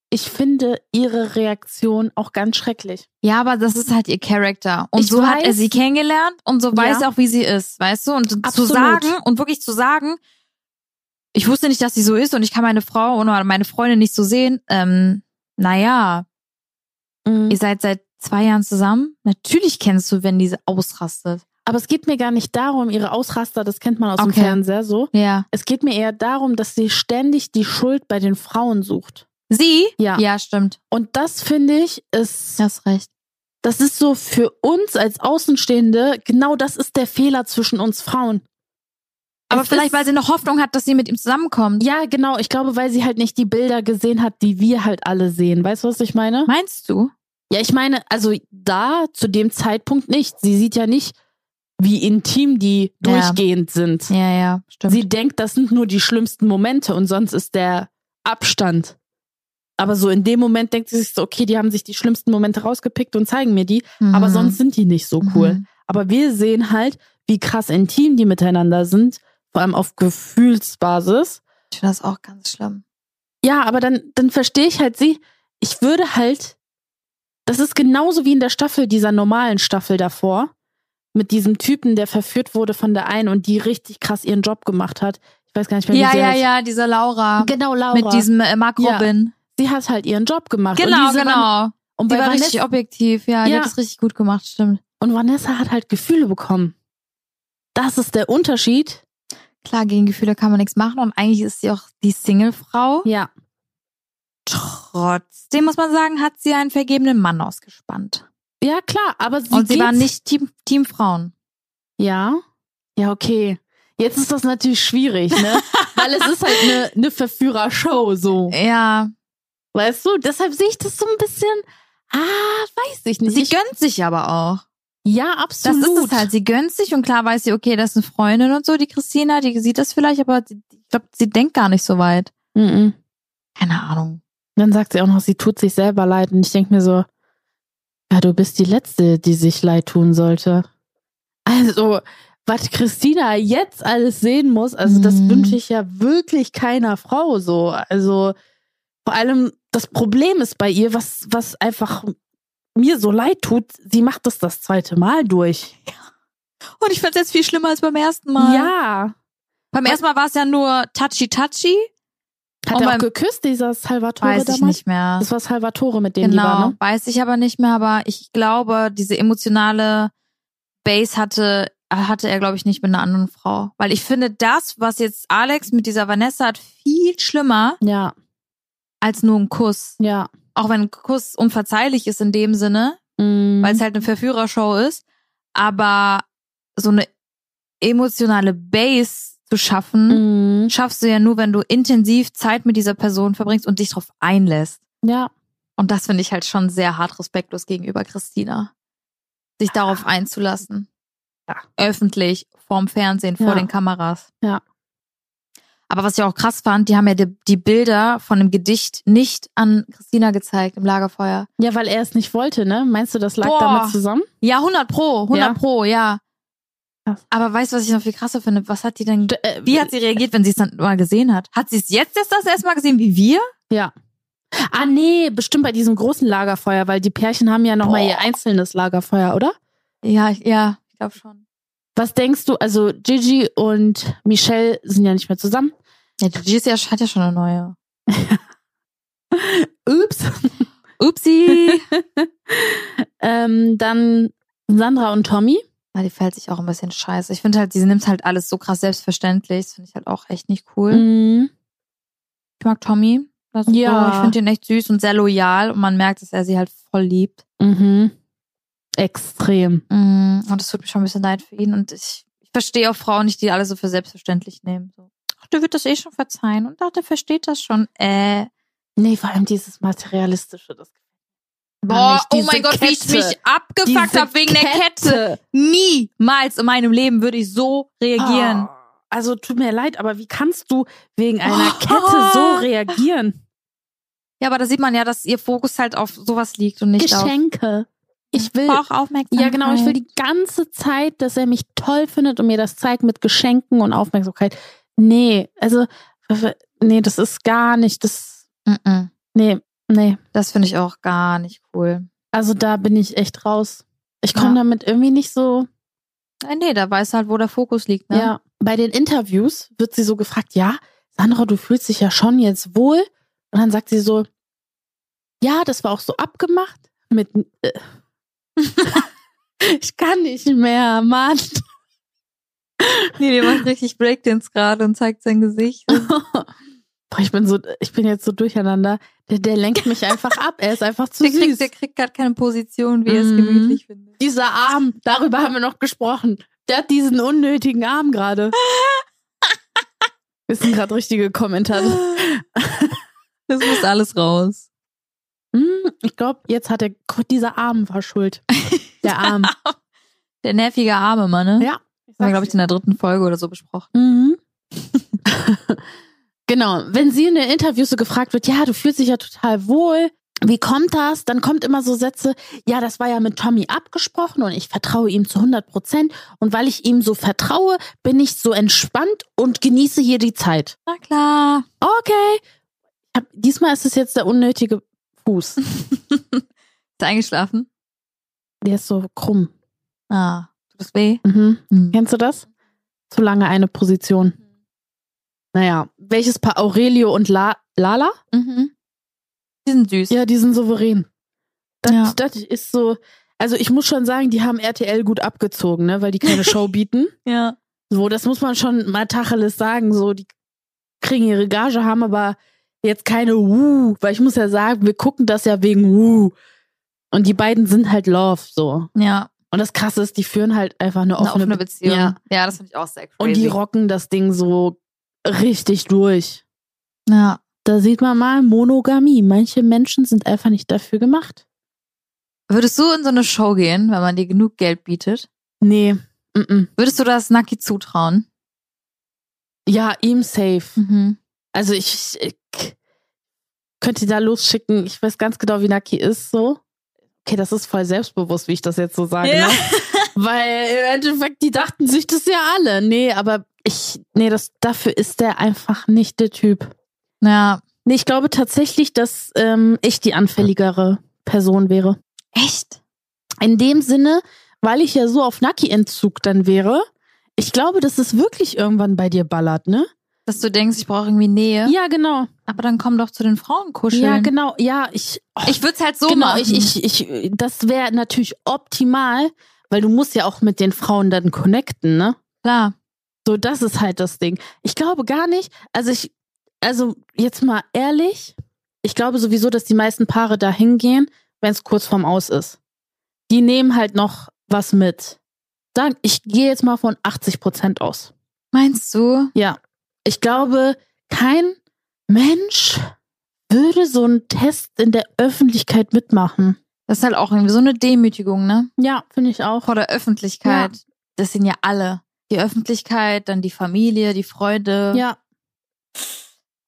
Speaker 2: ich finde ihre Reaktion auch ganz schrecklich.
Speaker 1: Ja, aber das ist halt ihr Charakter. Und
Speaker 2: Ich
Speaker 1: so hat er
Speaker 2: weiß-
Speaker 1: sie kennengelernt und so weiß
Speaker 2: Ja.
Speaker 1: er auch, wie sie ist, weißt du? Und zu
Speaker 2: Absolut.
Speaker 1: sagen und wirklich zu sagen, ich wusste nicht, dass sie so ist und ich kann meine Frau oder meine Freundin nicht so sehen. Ähm, naja, Ihr seid seit zwei Jahren zusammen. Natürlich kennst du, wenn diese ausrastet.
Speaker 2: Aber es geht mir gar nicht darum, ihre Ausraster, das kennt man aus dem
Speaker 1: Okay.
Speaker 2: Fernseher so.
Speaker 1: Ja.
Speaker 2: Es geht mir eher darum, dass sie ständig die Schuld bei den Frauen sucht.
Speaker 1: Sie?
Speaker 2: Ja.
Speaker 1: Ja, stimmt.
Speaker 2: Und das finde ich ist,
Speaker 1: Du hast recht.
Speaker 2: das ist so für uns als Außenstehende, genau das ist der Fehler zwischen uns Frauen.
Speaker 1: Aber
Speaker 2: Es
Speaker 1: vielleicht,
Speaker 2: ist-
Speaker 1: weil sie noch Hoffnung hat, dass sie mit ihm zusammenkommt.
Speaker 2: Ja, genau. Ich glaube, weil sie halt nicht die Bilder gesehen hat, die wir halt alle sehen. Weißt du, was ich meine?
Speaker 1: Meinst du?
Speaker 2: Ja, ich meine, also da zu dem Zeitpunkt nicht. Sie sieht ja nicht, wie intim die
Speaker 1: Ja.
Speaker 2: durchgehend sind.
Speaker 1: Ja, ja, stimmt.
Speaker 2: Sie denkt, das sind nur die schlimmsten Momente und sonst ist der Abstand. Aber so in dem Moment denkt sie sich so, okay, die haben sich die schlimmsten Momente rausgepickt und zeigen mir die,
Speaker 1: Mhm.
Speaker 2: aber sonst sind die nicht so cool.
Speaker 1: Mhm.
Speaker 2: Aber wir sehen halt, wie krass intim die miteinander sind, vor allem auf Gefühlsbasis.
Speaker 1: Ich finde das auch ganz schlimm.
Speaker 2: Ja, aber dann, dann verstehe ich halt sie. Ich würde halt, das ist genauso wie in der Staffel, dieser normalen Staffel davor, mit diesem Typen, der verführt wurde von der einen und die richtig krass ihren Job gemacht hat. Ich weiß gar nicht mehr, wie
Speaker 1: Ja,
Speaker 2: sie
Speaker 1: ja,
Speaker 2: heißt.
Speaker 1: ja, dieser Laura.
Speaker 2: Genau, Laura.
Speaker 1: Mit diesem äh, Mark
Speaker 2: Ja.
Speaker 1: Robin.
Speaker 2: sie hat halt ihren Job gemacht. und
Speaker 1: Genau,
Speaker 2: diese Van-
Speaker 1: genau.
Speaker 2: und,
Speaker 1: Die
Speaker 2: bei
Speaker 1: war
Speaker 2: Vanessa,
Speaker 1: richtig objektiv. Ja, die
Speaker 2: Ja.
Speaker 1: hat das richtig gut gemacht, stimmt.
Speaker 2: und Vanessa hat halt Gefühle bekommen. Das ist der Unterschied.
Speaker 1: Klar, gegen Gefühle kann man nichts machen und eigentlich ist sie auch die Single-Frau.
Speaker 2: Ja.
Speaker 1: Trotzdem muss man sagen, hat sie einen vergebenen Mann ausgespannt.
Speaker 2: Ja, klar, aber sie,
Speaker 1: Und sie
Speaker 2: geht-
Speaker 1: waren nicht Team, Team Frauen.
Speaker 2: Ja. Ja, okay. Jetzt ist das natürlich schwierig, ne? Weil es ist halt eine ne, Verführershow so.
Speaker 1: Ja.
Speaker 2: Weißt du? Deshalb sehe ich das so ein bisschen. Ah, weiß ich nicht.
Speaker 1: Sie
Speaker 2: ich,
Speaker 1: gönnt sich aber auch.
Speaker 2: ja,
Speaker 1: Das
Speaker 2: absolut.
Speaker 1: ist es halt. Sie gönnt sich und klar weiß sie, okay, das ist eine Freundin und so, die Christina, die sieht das vielleicht, aber die- ich glaube, sie denkt gar nicht so weit.
Speaker 2: Mhm.
Speaker 1: Keine Ahnung.
Speaker 2: Dann sagt sie auch noch, sie tut sich selber leid. Und ich denke mir so, ja, du bist die Letzte, die sich leid tun sollte. Also, was Christina jetzt alles sehen muss, also das
Speaker 1: Mhm.
Speaker 2: wünsche ich ja wirklich keiner Frau so. Also vor allem das Problem ist bei ihr, was, was einfach mir so leid tut, sie macht das das zweite Mal durch.
Speaker 1: Und ich fand's jetzt viel schlimmer als beim ersten Mal.
Speaker 2: Ja.
Speaker 1: Beim ersten Mal war es ja nur touchy-touchy.
Speaker 2: Hat
Speaker 1: Und
Speaker 2: er auch
Speaker 1: beim-
Speaker 2: geküsst, dieser Salvatore
Speaker 1: Weiß
Speaker 2: damals?
Speaker 1: ich nicht mehr.
Speaker 2: Das war Salvatore, mit dem
Speaker 1: Genau,
Speaker 2: die war, ne?
Speaker 1: weiß ich aber nicht mehr, aber ich glaube, diese emotionale Base hatte, hatte er, glaube ich, nicht mit einer anderen Frau. Weil ich finde das, was jetzt Alex mit dieser Vanessa hat, viel schlimmer
Speaker 2: Ja,
Speaker 1: als nur ein Kuss.
Speaker 2: ja.
Speaker 1: Auch wenn ein Kuss unverzeihlich ist in dem Sinne,
Speaker 2: Mhm.
Speaker 1: weil es halt eine Verführershow ist, aber so eine emotionale Base zu schaffen,
Speaker 2: Mhm.
Speaker 1: schaffst du ja nur, wenn du intensiv Zeit mit dieser Person verbringst und dich darauf einlässt.
Speaker 2: Ja,
Speaker 1: Und das finde ich halt schon sehr hart respektlos gegenüber Christina. Sich darauf einzulassen.
Speaker 2: Ja.
Speaker 1: Öffentlich, vorm Fernsehen, vor
Speaker 2: Ja.
Speaker 1: den Kameras.
Speaker 2: Ja.
Speaker 1: Aber was ich auch krass fand, die haben ja die, die Bilder von dem Gedicht nicht an Christina gezeigt im Lagerfeuer.
Speaker 2: ja, weil er es nicht wollte, ne? Meinst du, das lag
Speaker 1: Boah.
Speaker 2: damit zusammen?
Speaker 1: Ja, 100 pro, 100
Speaker 2: Ja.
Speaker 1: pro, ja.
Speaker 2: Krass.
Speaker 1: Aber weißt du, was ich noch viel krasser finde? Was hat die denn,
Speaker 2: D- äh,
Speaker 1: wie hat sie reagiert, wenn sie es dann mal gesehen hat? Hat sie es jetzt erst das erste Mal gesehen, wie wir?
Speaker 2: Ah nee, bestimmt bei diesem großen Lagerfeuer, weil die Pärchen haben ja nochmal
Speaker 1: Boah.
Speaker 2: ihr einzelnes Lagerfeuer, oder?
Speaker 1: Ja, ich- ja, ich glaube schon.
Speaker 2: Was denkst du, also Gigi und Michelle sind ja nicht mehr zusammen.
Speaker 1: Ja, Gigi ist ja, hat ja schon eine neue.
Speaker 2: Ups.
Speaker 1: Upsi!
Speaker 2: Ähm, dann Sandra und Tommy.
Speaker 1: Ja, die fällt sich auch ein bisschen scheiße. Ich finde halt, sie nimmt halt alles so krass selbstverständlich. Das finde ich halt auch echt nicht cool.
Speaker 2: Mhm.
Speaker 1: Ich mag Tommy. Das ist
Speaker 2: Ja.
Speaker 1: So, ich finde ihn echt süß und sehr loyal und man merkt, dass er sie halt voll liebt.
Speaker 2: Mhm. Extrem.
Speaker 1: Mm, Und das tut mir schon ein bisschen leid für ihn. Und ich, ich verstehe auch Frauen nicht, die alle so für selbstverständlich nehmen. So. Ach, der wird das eh schon verzeihen. Und ach, der versteht das schon. Äh.
Speaker 2: Nee, vor allem dieses Materialistische. Das
Speaker 1: Boah,
Speaker 2: Mann,
Speaker 1: oh
Speaker 2: ich- diese
Speaker 1: mein Gott, wie ich
Speaker 2: Kette.
Speaker 1: mich abgefuckt
Speaker 2: Diese
Speaker 1: habe wegen der Kette.
Speaker 2: Kette.
Speaker 1: Niemals in meinem Leben würde ich so reagieren.
Speaker 2: Oh. Also tut mir leid, aber wie kannst du wegen einer
Speaker 1: Oh.
Speaker 2: Kette so reagieren?
Speaker 1: Ja, aber da sieht man ja, dass ihr Fokus halt auf sowas liegt und nicht auf
Speaker 2: Geschenke. Ich will
Speaker 1: brauche Aufmerksamkeit.
Speaker 2: Ja, genau. Ich will die ganze Zeit, dass er mich toll findet und mir das zeigt mit Geschenken und Aufmerksamkeit. Nee, also, nee, das ist gar nicht, das,
Speaker 1: Mm-mm.
Speaker 2: nee, nee.
Speaker 1: Das finde ich auch gar nicht cool.
Speaker 2: Also da bin ich echt raus. Ich komme
Speaker 1: Ja.
Speaker 2: damit irgendwie nicht so,
Speaker 1: Äh, Nee, da weiß halt, wo der Fokus liegt.
Speaker 2: ja.
Speaker 1: Ne?
Speaker 2: Bei den Interviews wird sie so gefragt, ja, Sandra, du fühlst dich ja schon jetzt wohl. Und dann sagt sie so, ja, das war auch so abgemacht mit, äh. ich kann nicht mehr, Mann.
Speaker 1: Nee, der macht richtig Breakdance gerade und zeigt sein Gesicht.
Speaker 2: Boah, ich bin so, ich bin jetzt so durcheinander. Der, der lenkt mich einfach ab. Er ist einfach zu
Speaker 1: Der
Speaker 2: süß.
Speaker 1: kriegt, der kriegt gerade keine Position, wie er es
Speaker 2: Mhm.
Speaker 1: gemütlich findet.
Speaker 2: Dieser Arm, darüber haben wir noch gesprochen. Der hat diesen unnötigen Arm gerade. Wir sind gerade richtige Kommentare.
Speaker 1: Also, Das muss alles raus.
Speaker 2: Hm, Ich glaube, jetzt hat er, Gott, dieser Arm war schuld. Der Arm.
Speaker 1: Der nervige arme Mann, ne?
Speaker 2: Ja,
Speaker 1: Das haben wir, glaube ich, in der dritten Folge oder so besprochen.
Speaker 2: Mhm. genau, wenn sie in den Interviews so gefragt wird, ja, du fühlst dich ja total wohl. Wie kommt das? Dann kommt immer so Sätze, ja, das war ja mit Tommy abgesprochen und ich vertraue ihm zu 100 Prozent. Und weil ich ihm so vertraue, bin ich so entspannt und genieße hier die Zeit.
Speaker 1: Na klar.
Speaker 2: Okay. Ich hab- Diesmal ist es jetzt der unnötige Fuß.
Speaker 1: Ist er eingeschlafen?
Speaker 2: Der ist so krumm.
Speaker 1: Ah, tut das weh?
Speaker 2: Mhm.
Speaker 1: Mhm.
Speaker 2: Kennst du das? Zu lange eine Position. Naja, welches Paar Aurelio und La Lala?
Speaker 1: Mhm. Die sind süß.
Speaker 2: Ja, die sind souverän. Das,
Speaker 1: Ja.
Speaker 2: das ist so. Also ich muss schon sagen, die haben RTL gut abgezogen, ne, weil die keine Show bieten.
Speaker 1: ja.
Speaker 2: So, das muss man schon mal Tacheles sagen. So, die kriegen ihre Gage, haben aber jetzt keine Wuh, weil ich muss ja sagen, wir gucken das ja wegen Wuh. Und die beiden sind halt Love, so.
Speaker 1: ja.
Speaker 2: Und das Krasse ist, die führen halt einfach eine
Speaker 1: eine
Speaker 2: offene,
Speaker 1: offene
Speaker 2: Be-
Speaker 1: Beziehung.
Speaker 2: Ja.
Speaker 1: das finde ich auch sehr crazy.
Speaker 2: Und die rocken das Ding so richtig durch.
Speaker 1: ja.
Speaker 2: Da sieht man mal Monogamie. Manche Menschen sind einfach nicht dafür gemacht.
Speaker 1: Würdest du in so eine Show gehen, wenn man dir genug Geld bietet?
Speaker 2: Nee. Mm-mm.
Speaker 1: Würdest du das Naki zutrauen?
Speaker 2: Ja, ihm safe.
Speaker 1: Mhm.
Speaker 2: Also ich, ich könnte ihn da losschicken. Ich weiß ganz genau, wie Naki ist so. Okay, das ist voll selbstbewusst, wie ich das jetzt so sage.
Speaker 1: Ja.
Speaker 2: Ne? Weil im Endeffekt, die dachten sich das ja alle. Nee, aber ich, nee, das, dafür ist der einfach nicht der Typ.
Speaker 1: Ja.
Speaker 2: Nee, ich glaube tatsächlich, dass ähm, ich die anfälligere Person wäre.
Speaker 1: Echt?
Speaker 2: In dem Sinne, weil ich ja so auf Naki-Entzug dann wäre. Ich glaube, dass es wirklich irgendwann bei dir ballert, ne?
Speaker 1: Dass du denkst, ich brauche irgendwie Nähe.
Speaker 2: Ja, genau.
Speaker 1: Aber dann komm doch zu den Frauen kuscheln.
Speaker 2: Ja, genau. Ja, ich. oh,
Speaker 1: Ich würde es halt so
Speaker 2: genau,
Speaker 1: machen.
Speaker 2: ich, ich, ich, das wäre natürlich optimal, weil du musst ja auch mit den Frauen dann connecten, ne?
Speaker 1: Klar.
Speaker 2: So, das ist halt das Ding. Ich glaube gar nicht, also ich, also jetzt mal ehrlich, ich glaube sowieso, dass die meisten Paare da hingehen, wenn es kurz vorm Aus ist. Die nehmen halt noch was mit. Dann, ich gehe jetzt mal von 80 Prozent aus.
Speaker 1: Meinst du?
Speaker 2: Ja. Ich glaube, kein Mensch würde so einen Test in der Öffentlichkeit mitmachen.
Speaker 1: Das ist halt auch irgendwie so eine Demütigung, ne?
Speaker 2: Ja, finde ich auch.
Speaker 1: Vor der Öffentlichkeit. Das sind ja alle. Die Öffentlichkeit, dann die Familie, die Freunde,
Speaker 2: Ja,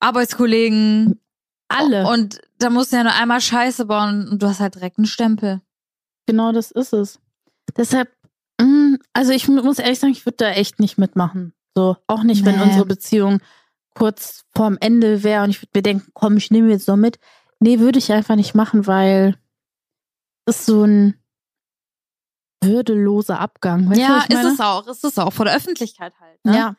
Speaker 1: Arbeitskollegen.
Speaker 2: alle.
Speaker 1: Und da musst du ja nur einmal Scheiße bauen und du hast halt direkt einen Stempel.
Speaker 2: Genau das ist es. Deshalb, mm, also ich mu- muss ehrlich sagen, ich würde da echt nicht mitmachen. So, auch nicht, wenn
Speaker 1: Nee.
Speaker 2: unsere Beziehung kurz vorm Ende wäre und ich würde mir denken, komm, ich nehme jetzt noch mit. Nee, würde ich einfach nicht machen, weil es ist so ein würdeloser Abgang. Weißt du, was ich meine?
Speaker 1: auch. Ist es auch. Vor der Öffentlichkeit halt.
Speaker 2: Ja.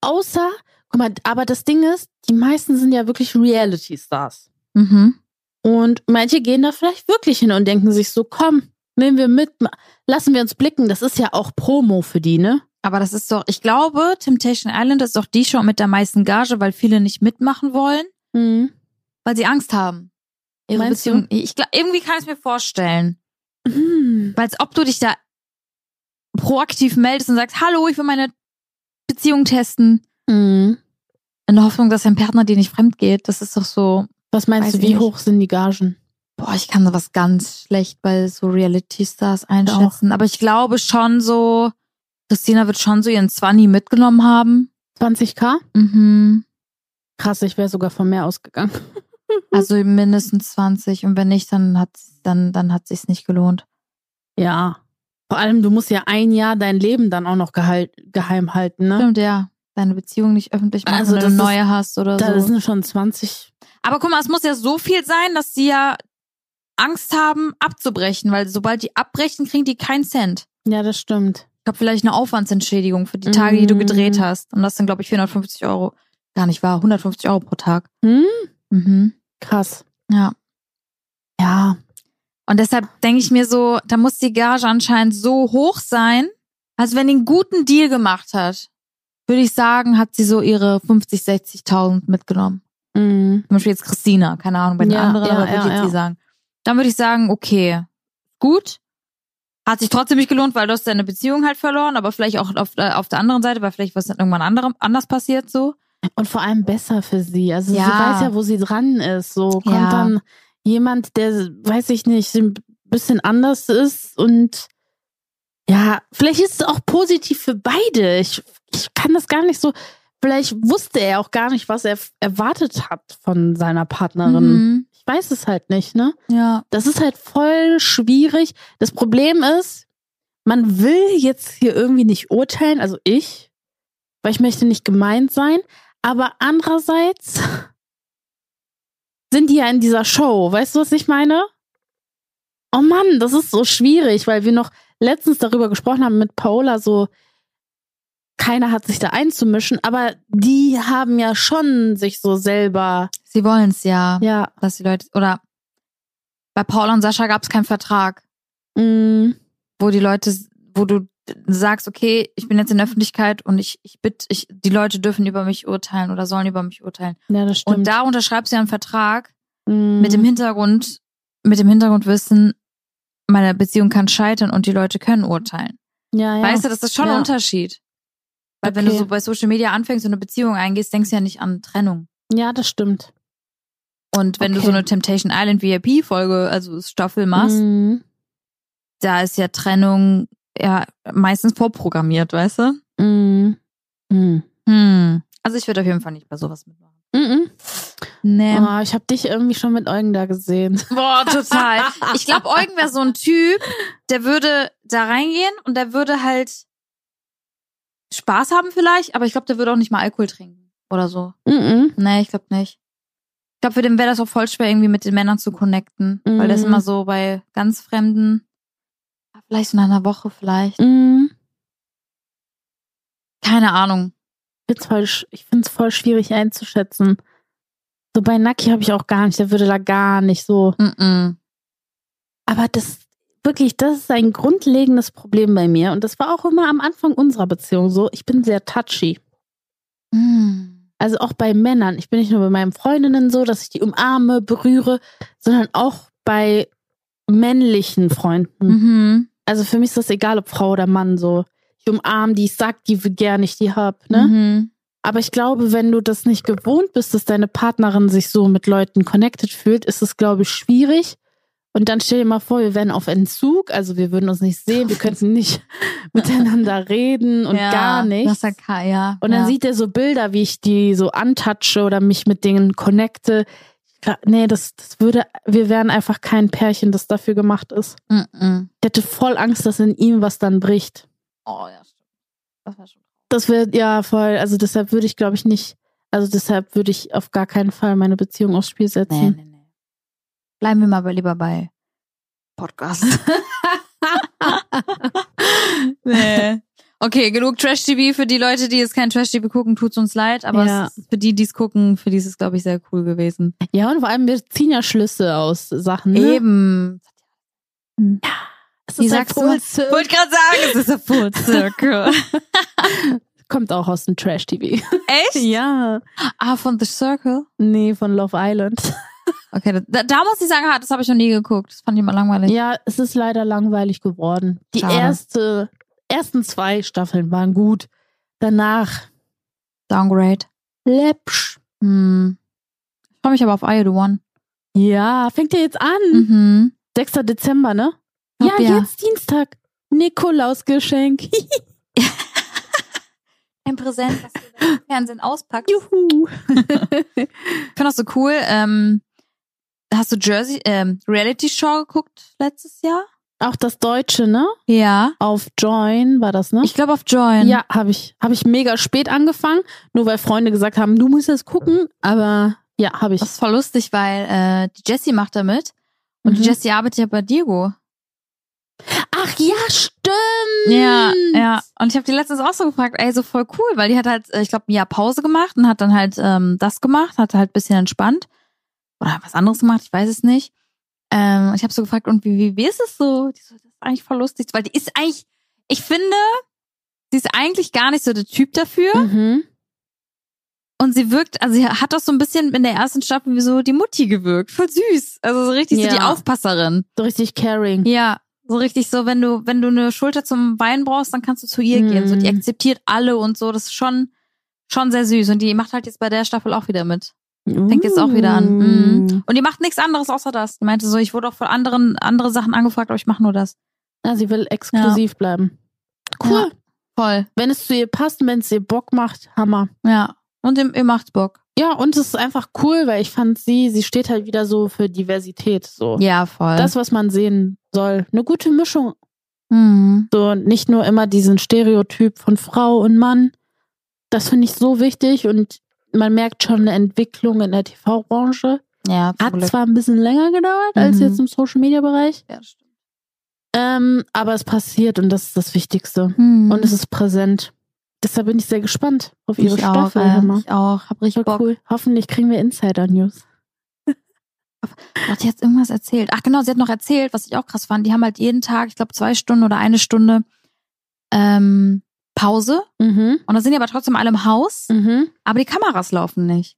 Speaker 2: Außer, guck mal, aber das Ding ist, die meisten sind ja wirklich Reality-Stars.
Speaker 1: Mhm.
Speaker 2: Und manche gehen da vielleicht wirklich hin und denken sich so, komm, nehmen wir mit, ma- lassen wir uns blicken. Das ist ja auch Promo für die, ne?
Speaker 1: Aber das ist doch, ich glaube, Temptation Island ist doch die Show mit der meisten Gage, weil viele nicht mitmachen wollen,
Speaker 2: Mhm.
Speaker 1: weil sie Angst haben. Ihre
Speaker 2: Meinst
Speaker 1: Beziehung. Ich glaube, irgendwie kann ich es mir vorstellen.
Speaker 2: Mhm.
Speaker 1: Weil als ob du dich da proaktiv meldest und sagst, hallo, ich will meine Beziehung testen.
Speaker 2: Mhm.
Speaker 1: In der Hoffnung, dass dein Partner dir nicht fremd geht. Das ist doch so,
Speaker 2: Was meinst
Speaker 1: Weiß
Speaker 2: du,
Speaker 1: ich
Speaker 2: wie
Speaker 1: nicht.
Speaker 2: hoch sind die Gagen?
Speaker 1: boah, ich kann sowas ganz schlecht bei so Reality-Stars einschätzen. Aber ich glaube schon so, Christina wird schon so ihren Zwanni mitgenommen haben.
Speaker 2: 20k?
Speaker 1: Mhm.
Speaker 2: Krass, ich wäre sogar von mehr ausgegangen.
Speaker 1: Also mindestens 20. Und wenn nicht, dann hat dann, dann hat sich's nicht gelohnt.
Speaker 2: Ja. Vor allem, du musst ja ein Jahr dein Leben dann auch noch gehal- geheim halten, ne?
Speaker 1: Stimmt, ja. Deine Beziehung nicht öffentlich machen,
Speaker 2: Also
Speaker 1: wenn du
Speaker 2: das
Speaker 1: eine
Speaker 2: ist-
Speaker 1: neue hast oder so.
Speaker 2: Da sind schon 20.
Speaker 1: Aber guck mal, es muss ja so viel sein, dass sie ja Angst haben, abzubrechen, weil sobald die abbrechen, kriegen die keinen Cent.
Speaker 2: Ja, das stimmt.
Speaker 1: Ich glaube, vielleicht eine Aufwandsentschädigung für die Tage, die du
Speaker 2: Mm.
Speaker 1: gedreht hast. Und das sind, glaube ich, 450 Euro. Gar nicht wahr, 150 Euro pro Tag.
Speaker 2: Hm?
Speaker 1: Mhm.
Speaker 2: Krass.
Speaker 1: Ja.
Speaker 2: Ja.
Speaker 1: Und deshalb denke ich mir so, da muss die Gage anscheinend so hoch sein. Also wenn die einen guten Deal gemacht hat, würde ich sagen, hat sie so ihre 50, 60.000 mitgenommen.
Speaker 2: Mhm.
Speaker 1: zum Beispiel jetzt Christina, keine Ahnung, bei den
Speaker 2: Ja,
Speaker 1: anderen,
Speaker 2: ja,
Speaker 1: aber würde
Speaker 2: ja,
Speaker 1: ich jetzt
Speaker 2: ja.
Speaker 1: sie sagen. Dann würde ich sagen, okay, gut. Hat sich trotzdem nicht gelohnt, weil du hast deine Beziehung halt verloren, aber vielleicht auch auf, äh, auf der anderen Seite, weil vielleicht was irgendwann anderem, anders passiert so.
Speaker 2: Und vor allem besser für sie. Also sie
Speaker 1: Ja.
Speaker 2: weiß ja, wo sie dran ist. So kommt
Speaker 1: Ja.
Speaker 2: dann jemand, der, weiß ich nicht, ein bisschen anders ist und ja, vielleicht ist es auch positiv für beide. Ich, ich kann das gar nicht so. Vielleicht wusste er auch gar nicht, was er f- erwartet hat von seiner Partnerin.
Speaker 1: Mhm.
Speaker 2: Ich weiß es halt nicht, ne?
Speaker 1: Ja.
Speaker 2: Das ist halt voll schwierig. Das Problem ist, man will jetzt hier irgendwie nicht urteilen, also ich, weil ich möchte nicht gemeint sein, aber andererseits sind die ja in dieser Show, weißt du, was ich meine? Oh Mann, das ist so schwierig, weil wir noch letztens darüber gesprochen haben mit Paola, so keiner hat sich da einzumischen, aber die haben ja schon sich so selber,
Speaker 1: Sie wollen es ja,
Speaker 2: ja,
Speaker 1: dass die Leute, oder bei Paula und Sascha gab es keinen Vertrag,
Speaker 2: mm,
Speaker 1: wo die Leute, wo du sagst, okay, ich bin jetzt in der Öffentlichkeit und ich, ich bitte, ich, die Leute dürfen über mich urteilen oder sollen über mich urteilen.
Speaker 2: ja, das
Speaker 1: Und da unterschreibst du ja einen Vertrag,
Speaker 2: Mm.
Speaker 1: mit dem Hintergrund, mit dem Hintergrundwissen, meine Beziehung kann scheitern und die Leute können urteilen.
Speaker 2: Ja, ja.
Speaker 1: Weißt du, das ist schon
Speaker 2: Ja.
Speaker 1: ein Unterschied. Weil wenn du
Speaker 2: Okay.
Speaker 1: so bei Social Media anfängst und eine Beziehung eingehst, denkst du ja nicht an Trennung.
Speaker 2: ja, das stimmt.
Speaker 1: Und wenn du
Speaker 2: Okay.
Speaker 1: so eine Temptation Island VIP Folge, also Staffel machst,
Speaker 2: Mhm.
Speaker 1: da ist ja Trennung ja meistens vorprogrammiert, weißt du?
Speaker 2: Mhm. Mhm. Mm,
Speaker 1: Hm. Also ich würde auf jeden Fall nicht bei sowas mitmachen.
Speaker 2: Mhm.
Speaker 1: Nee.
Speaker 2: Oh, ich habe dich irgendwie schon mit Eugen da gesehen.
Speaker 1: Boah, total. Ich glaube, Eugen wäre so ein Typ, der würde da reingehen und der würde halt Spaß haben vielleicht, aber ich glaube, der würde auch nicht mal Alkohol trinken oder so.
Speaker 2: Mhm.
Speaker 1: Nee, ich glaube nicht. Ich glaube, für den wäre das auch voll schwer, irgendwie mit den Männern zu connecten, weil das
Speaker 2: Mhm.
Speaker 1: immer so bei ganz Fremden, ja, vielleicht so nach einer Woche vielleicht,
Speaker 2: Mhm.
Speaker 1: keine Ahnung.
Speaker 2: Ich find's voll, sch- ich find's voll schwierig einzuschätzen. So bei Naki habe ich auch gar nicht, der würde da gar nicht so.
Speaker 1: Mhm.
Speaker 2: Aber das wirklich, das ist ein grundlegendes Problem bei mir und das war auch immer am Anfang unserer Beziehung so. Ich bin sehr touchy.
Speaker 1: Mhm.
Speaker 2: Also auch bei Männern. Ich bin nicht nur bei meinen Freundinnen so, dass ich die umarme, berühre, sondern auch bei männlichen Freunden.
Speaker 1: Mhm.
Speaker 2: Also für mich ist das egal, ob Frau oder Mann so. Ich umarme die, ich sag die, wie gern ich die hab, ne?
Speaker 1: Mhm.
Speaker 2: Aber ich glaube, wenn du das nicht gewohnt bist, dass deine Partnerin sich so mit Leuten connected fühlt, ist es, glaube ich, schwierig. Und dann stell dir mal vor, wir wären auf Entzug, also wir würden uns nicht sehen, wir könnten nicht miteinander reden und
Speaker 1: ja,
Speaker 2: gar nicht.
Speaker 1: Das ist ja, ja.
Speaker 2: Und dann
Speaker 1: ja.
Speaker 2: sieht er so Bilder, wie ich die so antatsche oder mich mit denen connecte. Ja, Nee, das, das würde, wir wären einfach kein Pärchen, das dafür gemacht ist.
Speaker 1: Mhm.
Speaker 2: Ich hätte voll Angst, dass in ihm was dann bricht.
Speaker 1: Oh, ja, stimmt. Das war schon.
Speaker 2: Das wird ja voll, also deshalb würde ich, glaube ich, nicht, also deshalb würde ich auf gar keinen Fall meine Beziehung aufs Spiel
Speaker 1: Nee,
Speaker 2: setzen.
Speaker 1: nee, nee. Bleiben wir mal bei, lieber bei Podcast. nee. Okay, genug Trash-TV. Für die Leute, die jetzt kein Trash-TV gucken, tut's uns leid. Aber
Speaker 2: Ja.
Speaker 1: es, für die, die es gucken, für die ist es, glaube ich, sehr cool gewesen.
Speaker 2: Ja, und vor allem, wir ziehen ja Schlüsse aus Sachen. Ne?
Speaker 1: Eben.
Speaker 2: Es
Speaker 1: Wie
Speaker 2: ist ein
Speaker 1: sagst du?
Speaker 2: Full Circle.
Speaker 1: Wollte gerade sagen, es ist ein Full Circle.
Speaker 2: Kommt auch aus dem Trash-TV.
Speaker 1: Echt?
Speaker 2: ja.
Speaker 1: Ah, von The Circle?
Speaker 2: Nee, von Love Island.
Speaker 1: Okay, da, da muss ich sagen, ah, das habe ich noch nie geguckt. Das fand ich immer langweilig.
Speaker 2: Ja, es ist leider langweilig geworden. Die
Speaker 1: Schade.
Speaker 2: erste, ersten zwei Staffeln waren gut. Danach
Speaker 1: Downgrade.
Speaker 2: läppsch.
Speaker 1: Hm. Ich freue mich aber auf I The One.
Speaker 2: Ja, fängt ja jetzt an.
Speaker 1: Mhm.
Speaker 2: 6. Dezember, ne?
Speaker 1: Glaub,
Speaker 2: Ja,
Speaker 1: ja.
Speaker 2: jetzt Dienstag. Nikolausgeschenk.
Speaker 1: ein Präsent, was du da im Fernsehen auspackst.
Speaker 2: Juhu.
Speaker 1: Ich finde das so cool. Ähm, hast du Jersey ähm, Reality Show geguckt letztes Jahr?
Speaker 2: Auch das Deutsche, ne?
Speaker 1: Ja.
Speaker 2: Auf Join war das, ne?
Speaker 1: Ich glaube auf Join.
Speaker 2: ja, habe ich. Habe ich mega spät angefangen. Nur weil Freunde gesagt haben, du musst es gucken. Aber ja, habe ich.
Speaker 1: Das ist voll lustig, weil äh, die Jessie macht damit und die
Speaker 2: Mhm.
Speaker 1: Jessie arbeitet ja bei Diego.
Speaker 2: Ach ja, stimmt.
Speaker 1: Ja, ja. Und ich habe die letztens auch so gefragt, ey, so voll cool, weil die hat halt, äh, ich glaube, ein Jahr Pause gemacht und hat dann halt ähm, das gemacht, hat halt ein bisschen entspannt oder was anderes gemacht, ich weiß es nicht. Ähm, und ich habe so gefragt, und wie, wie, wie ist es so? Die so, das ist eigentlich voll lustig, weil die ist eigentlich, ich finde, sie ist eigentlich gar nicht so der Typ dafür.
Speaker 2: Mhm.
Speaker 1: Und sie wirkt, also sie hat doch so ein bisschen in der ersten Staffel wie so die Mutti gewirkt. Voll süß. Also so richtig so die
Speaker 2: Ja.
Speaker 1: Aufpasserin.
Speaker 2: So richtig caring.
Speaker 1: Ja, so richtig so, wenn du, wenn du eine Schulter zum Wein brauchst, dann kannst du zu ihr gehen. So, die
Speaker 2: Mhm.
Speaker 1: akzeptiert alle und so. Das ist schon, schon sehr süß. Und die macht halt jetzt bei der Staffel auch wieder mit. Fängt jetzt auch wieder
Speaker 2: Uh.
Speaker 1: an. Mhm. Und die macht nichts anderes außer das. Die meinte so, ich wurde auch von anderen, andere Sachen angefragt, aber ich mache nur das.
Speaker 2: Ah, sie will exklusiv bleiben. Cool.
Speaker 1: Voll.
Speaker 2: Wenn es zu ihr passt, und wenn es ihr Bock macht, Hammer.
Speaker 1: Ja. Und im, ihr macht Bock.
Speaker 2: Ja, und es ist einfach cool, weil ich fand sie, sie steht halt wieder so für Diversität. So.
Speaker 1: Ja, voll.
Speaker 2: Das, was man sehen soll. Eine gute Mischung.
Speaker 1: mhm.
Speaker 2: So, und nicht nur immer diesen Stereotyp von Frau und Mann. Das finde ich so wichtig und man merkt schon eine Entwicklung in der TV-Branche.
Speaker 1: Ja, zum
Speaker 2: Hat
Speaker 1: Glück.
Speaker 2: zwar ein bisschen länger gedauert als
Speaker 1: Mhm.
Speaker 2: jetzt im Social-Media-Bereich,
Speaker 1: Ja, stimmt.
Speaker 2: ähm, aber es passiert und das ist das Wichtige.
Speaker 1: Mhm.
Speaker 2: Und es ist präsent. Deshalb bin ich sehr gespannt auf ihre
Speaker 1: ich auch,
Speaker 2: Staffel.
Speaker 1: ja.
Speaker 2: Hammer.
Speaker 1: ich auch. Hab
Speaker 2: Voll
Speaker 1: richtig Bock.
Speaker 2: cool. Hoffentlich kriegen wir Insider-News.
Speaker 1: Hat die jetzt irgendwas erzählt? Ach genau, sie hat noch erzählt, was ich auch krass fand. Die haben halt jeden Tag, ich glaube, zwei Stunden oder eine Stunde ähm, Pause.
Speaker 2: Mhm.
Speaker 1: Und da sind die aber trotzdem alle im Haus,
Speaker 2: Mhm.
Speaker 1: aber die Kameras laufen nicht.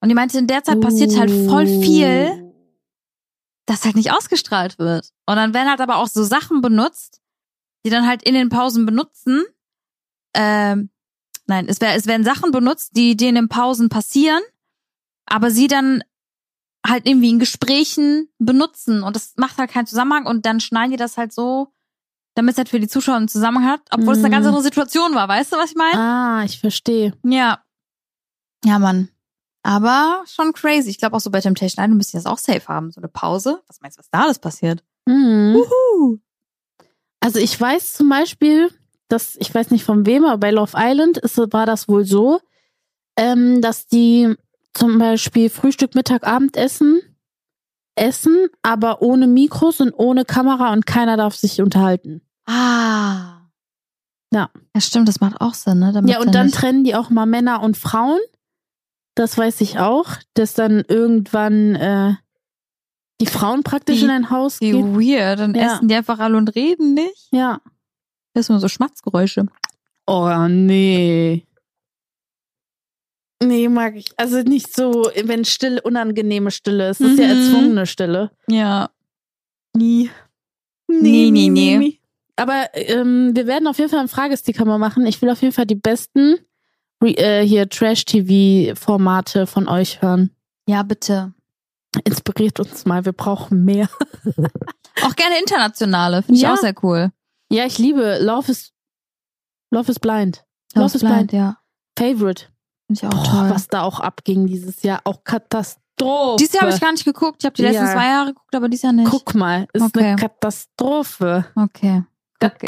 Speaker 1: Und die meinte, in der Zeit passiert halt voll
Speaker 2: Oh.
Speaker 1: viel, das halt nicht ausgestrahlt wird. Und dann werden halt aber auch so Sachen benutzt, die dann halt in den Pausen benutzen. Ähm, nein, es, wär, es werden Sachen benutzt, die, die in den Pausen passieren, aber sie dann halt irgendwie in Gesprächen benutzen. Und das macht halt keinen Zusammenhang und dann schneiden die das halt so, damit es halt für die Zuschauer einen Zusammenhang hat, obwohl es eine
Speaker 2: Mhm.
Speaker 1: ganz
Speaker 2: Oh.
Speaker 1: andere Situation war. Weißt du, was ich meine?
Speaker 2: Ah, ich verstehe.
Speaker 1: Ja. Ja, Mann. Aber schon crazy. Ich glaube auch so bei Temptation Island müsst ihr das auch safe haben. So eine Pause. Was meinst du, was da alles passiert?
Speaker 2: Mhm.
Speaker 1: Uhu.
Speaker 2: Also ich weiß zum Beispiel, dass, ich weiß nicht von wem, aber bei Love Island ist, war das wohl so, ähm, dass die zum Beispiel Frühstück, Mittag, Abendessen essen, aber ohne Mikros und ohne Kamera und keiner darf sich unterhalten.
Speaker 1: Ah.
Speaker 2: Ja.
Speaker 1: Ja, stimmt, das macht auch Sinn, ne? Damit
Speaker 2: ja,
Speaker 1: er
Speaker 2: und dann
Speaker 1: nicht-
Speaker 2: trennen die auch mal Männer und Frauen. Das weiß ich auch, dass dann irgendwann äh, die Frauen praktisch
Speaker 1: Die-
Speaker 2: in ein Haus
Speaker 1: Wie
Speaker 2: gehen.
Speaker 1: weird. Dann
Speaker 2: Ja.
Speaker 1: essen die einfach alle und reden nicht.
Speaker 2: Ja.
Speaker 1: Das sind nur so Schmatzgeräusche.
Speaker 2: Oh, nee. Nee, mag ich. Also nicht so, wenn still, unangenehme Stille ist. Das ist ja
Speaker 1: Mhm.
Speaker 2: erzwungene Stille.
Speaker 1: Ja.
Speaker 2: Nie.
Speaker 1: Nee, nee, nee.
Speaker 2: Aber ähm, wir werden auf jeden Fall einen Fragesticker mal machen. Ich will auf jeden Fall die besten Re äh, hier Trash-TV-Formate von euch hören.
Speaker 1: Ja, bitte.
Speaker 2: Inspiriert uns mal, wir brauchen mehr.
Speaker 1: Auch gerne internationale. Finde ich
Speaker 2: Ja.
Speaker 1: auch sehr cool.
Speaker 2: Ja, ich liebe Love is, Love is Blind. Love is Blind. Oh,
Speaker 1: ja.
Speaker 2: Favorite.
Speaker 1: Finde ich auch
Speaker 2: Boah,
Speaker 1: toll.
Speaker 2: was da auch abging dieses Jahr. Auch Katastrophe.
Speaker 1: Dieses Jahr habe ich gar nicht geguckt. Ich habe die letzten
Speaker 2: Ja.
Speaker 1: zwei Jahre geguckt, aber dieses Jahr nicht.
Speaker 2: Guck mal, ist
Speaker 1: Okay.
Speaker 2: eine Katastrophe.
Speaker 1: Okay. Guck ich.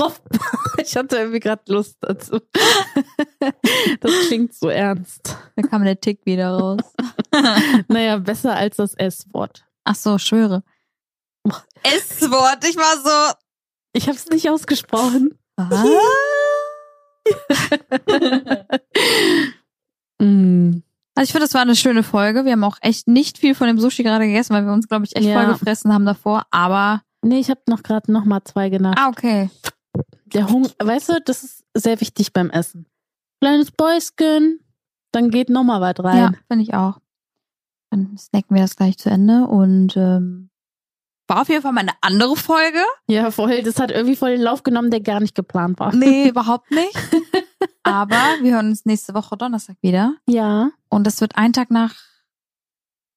Speaker 2: Katastrophe. Ich hatte irgendwie gerade Lust dazu. Das klingt so ernst.
Speaker 1: Da kam der Tick wieder raus.
Speaker 2: Naja, besser als das S-Wort.
Speaker 1: Ach so, schwöre. S-Wort. Ich war so.
Speaker 2: Ich habe es nicht ausgesprochen.
Speaker 1: Was?
Speaker 2: Mm.
Speaker 1: Also ich finde, das war eine schöne Folge. Wir haben auch echt nicht viel von dem Sushi gerade gegessen, weil wir uns, glaube ich, echt
Speaker 2: Ja.
Speaker 1: voll gefressen haben davor. Aber.
Speaker 2: Nee, ich habe noch gerade noch mal zwei genannt.
Speaker 1: Ah, okay.
Speaker 2: Der Hunger, weißt du, das ist sehr wichtig beim Essen. Kleines Bäuschen, dann geht noch mal was
Speaker 1: Ja,
Speaker 2: rein.
Speaker 1: finde ich auch. Dann snacken wir das gleich zu Ende und ähm, war auf jeden Fall mal eine andere Folge.
Speaker 2: Ja, voll. Das hat irgendwie voll den Lauf genommen, der gar nicht geplant war.
Speaker 1: Nee, überhaupt nicht. Aber wir hören uns nächste Woche Donnerstag wieder.
Speaker 2: Ja,
Speaker 1: Und das wird ein Tag nach,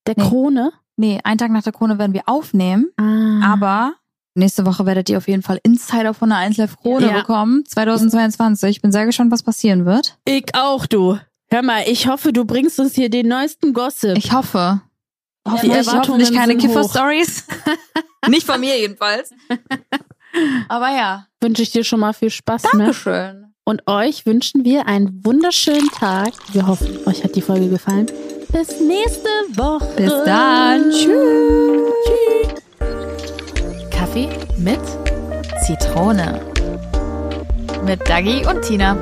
Speaker 2: der
Speaker 1: Nee.
Speaker 2: Krone.
Speaker 1: nee, ein Tag nach der Krone werden wir aufnehmen.
Speaker 2: Ah.
Speaker 1: Aber nächste Woche werdet ihr auf jeden Fall Insider von der 1 Live Krone
Speaker 2: Ja.
Speaker 1: bekommen. 2022. Ich bin sehr gespannt, was passieren wird.
Speaker 2: Ich auch, du. Hör mal, ich hoffe, du bringst uns hier den neuesten Gossip.
Speaker 1: Ich hoffe.
Speaker 2: Die
Speaker 1: Hoffentlich,
Speaker 2: Erwartungen
Speaker 1: hoffentlich keine
Speaker 2: sind
Speaker 1: Kiffer-Stories. nicht von mir jedenfalls. Aber ja.
Speaker 2: wünsche ich dir schon mal viel Spaß. Ne?
Speaker 1: Dankeschön.
Speaker 2: Und euch wünschen wir einen wunderschönen Tag. Wir hoffen, euch hat die Folge gefallen. Bis nächste Woche.
Speaker 1: Bis dann.
Speaker 2: Tschüss.
Speaker 3: Kaffee mit
Speaker 1: Zitrone. Mit Dagi und Tina.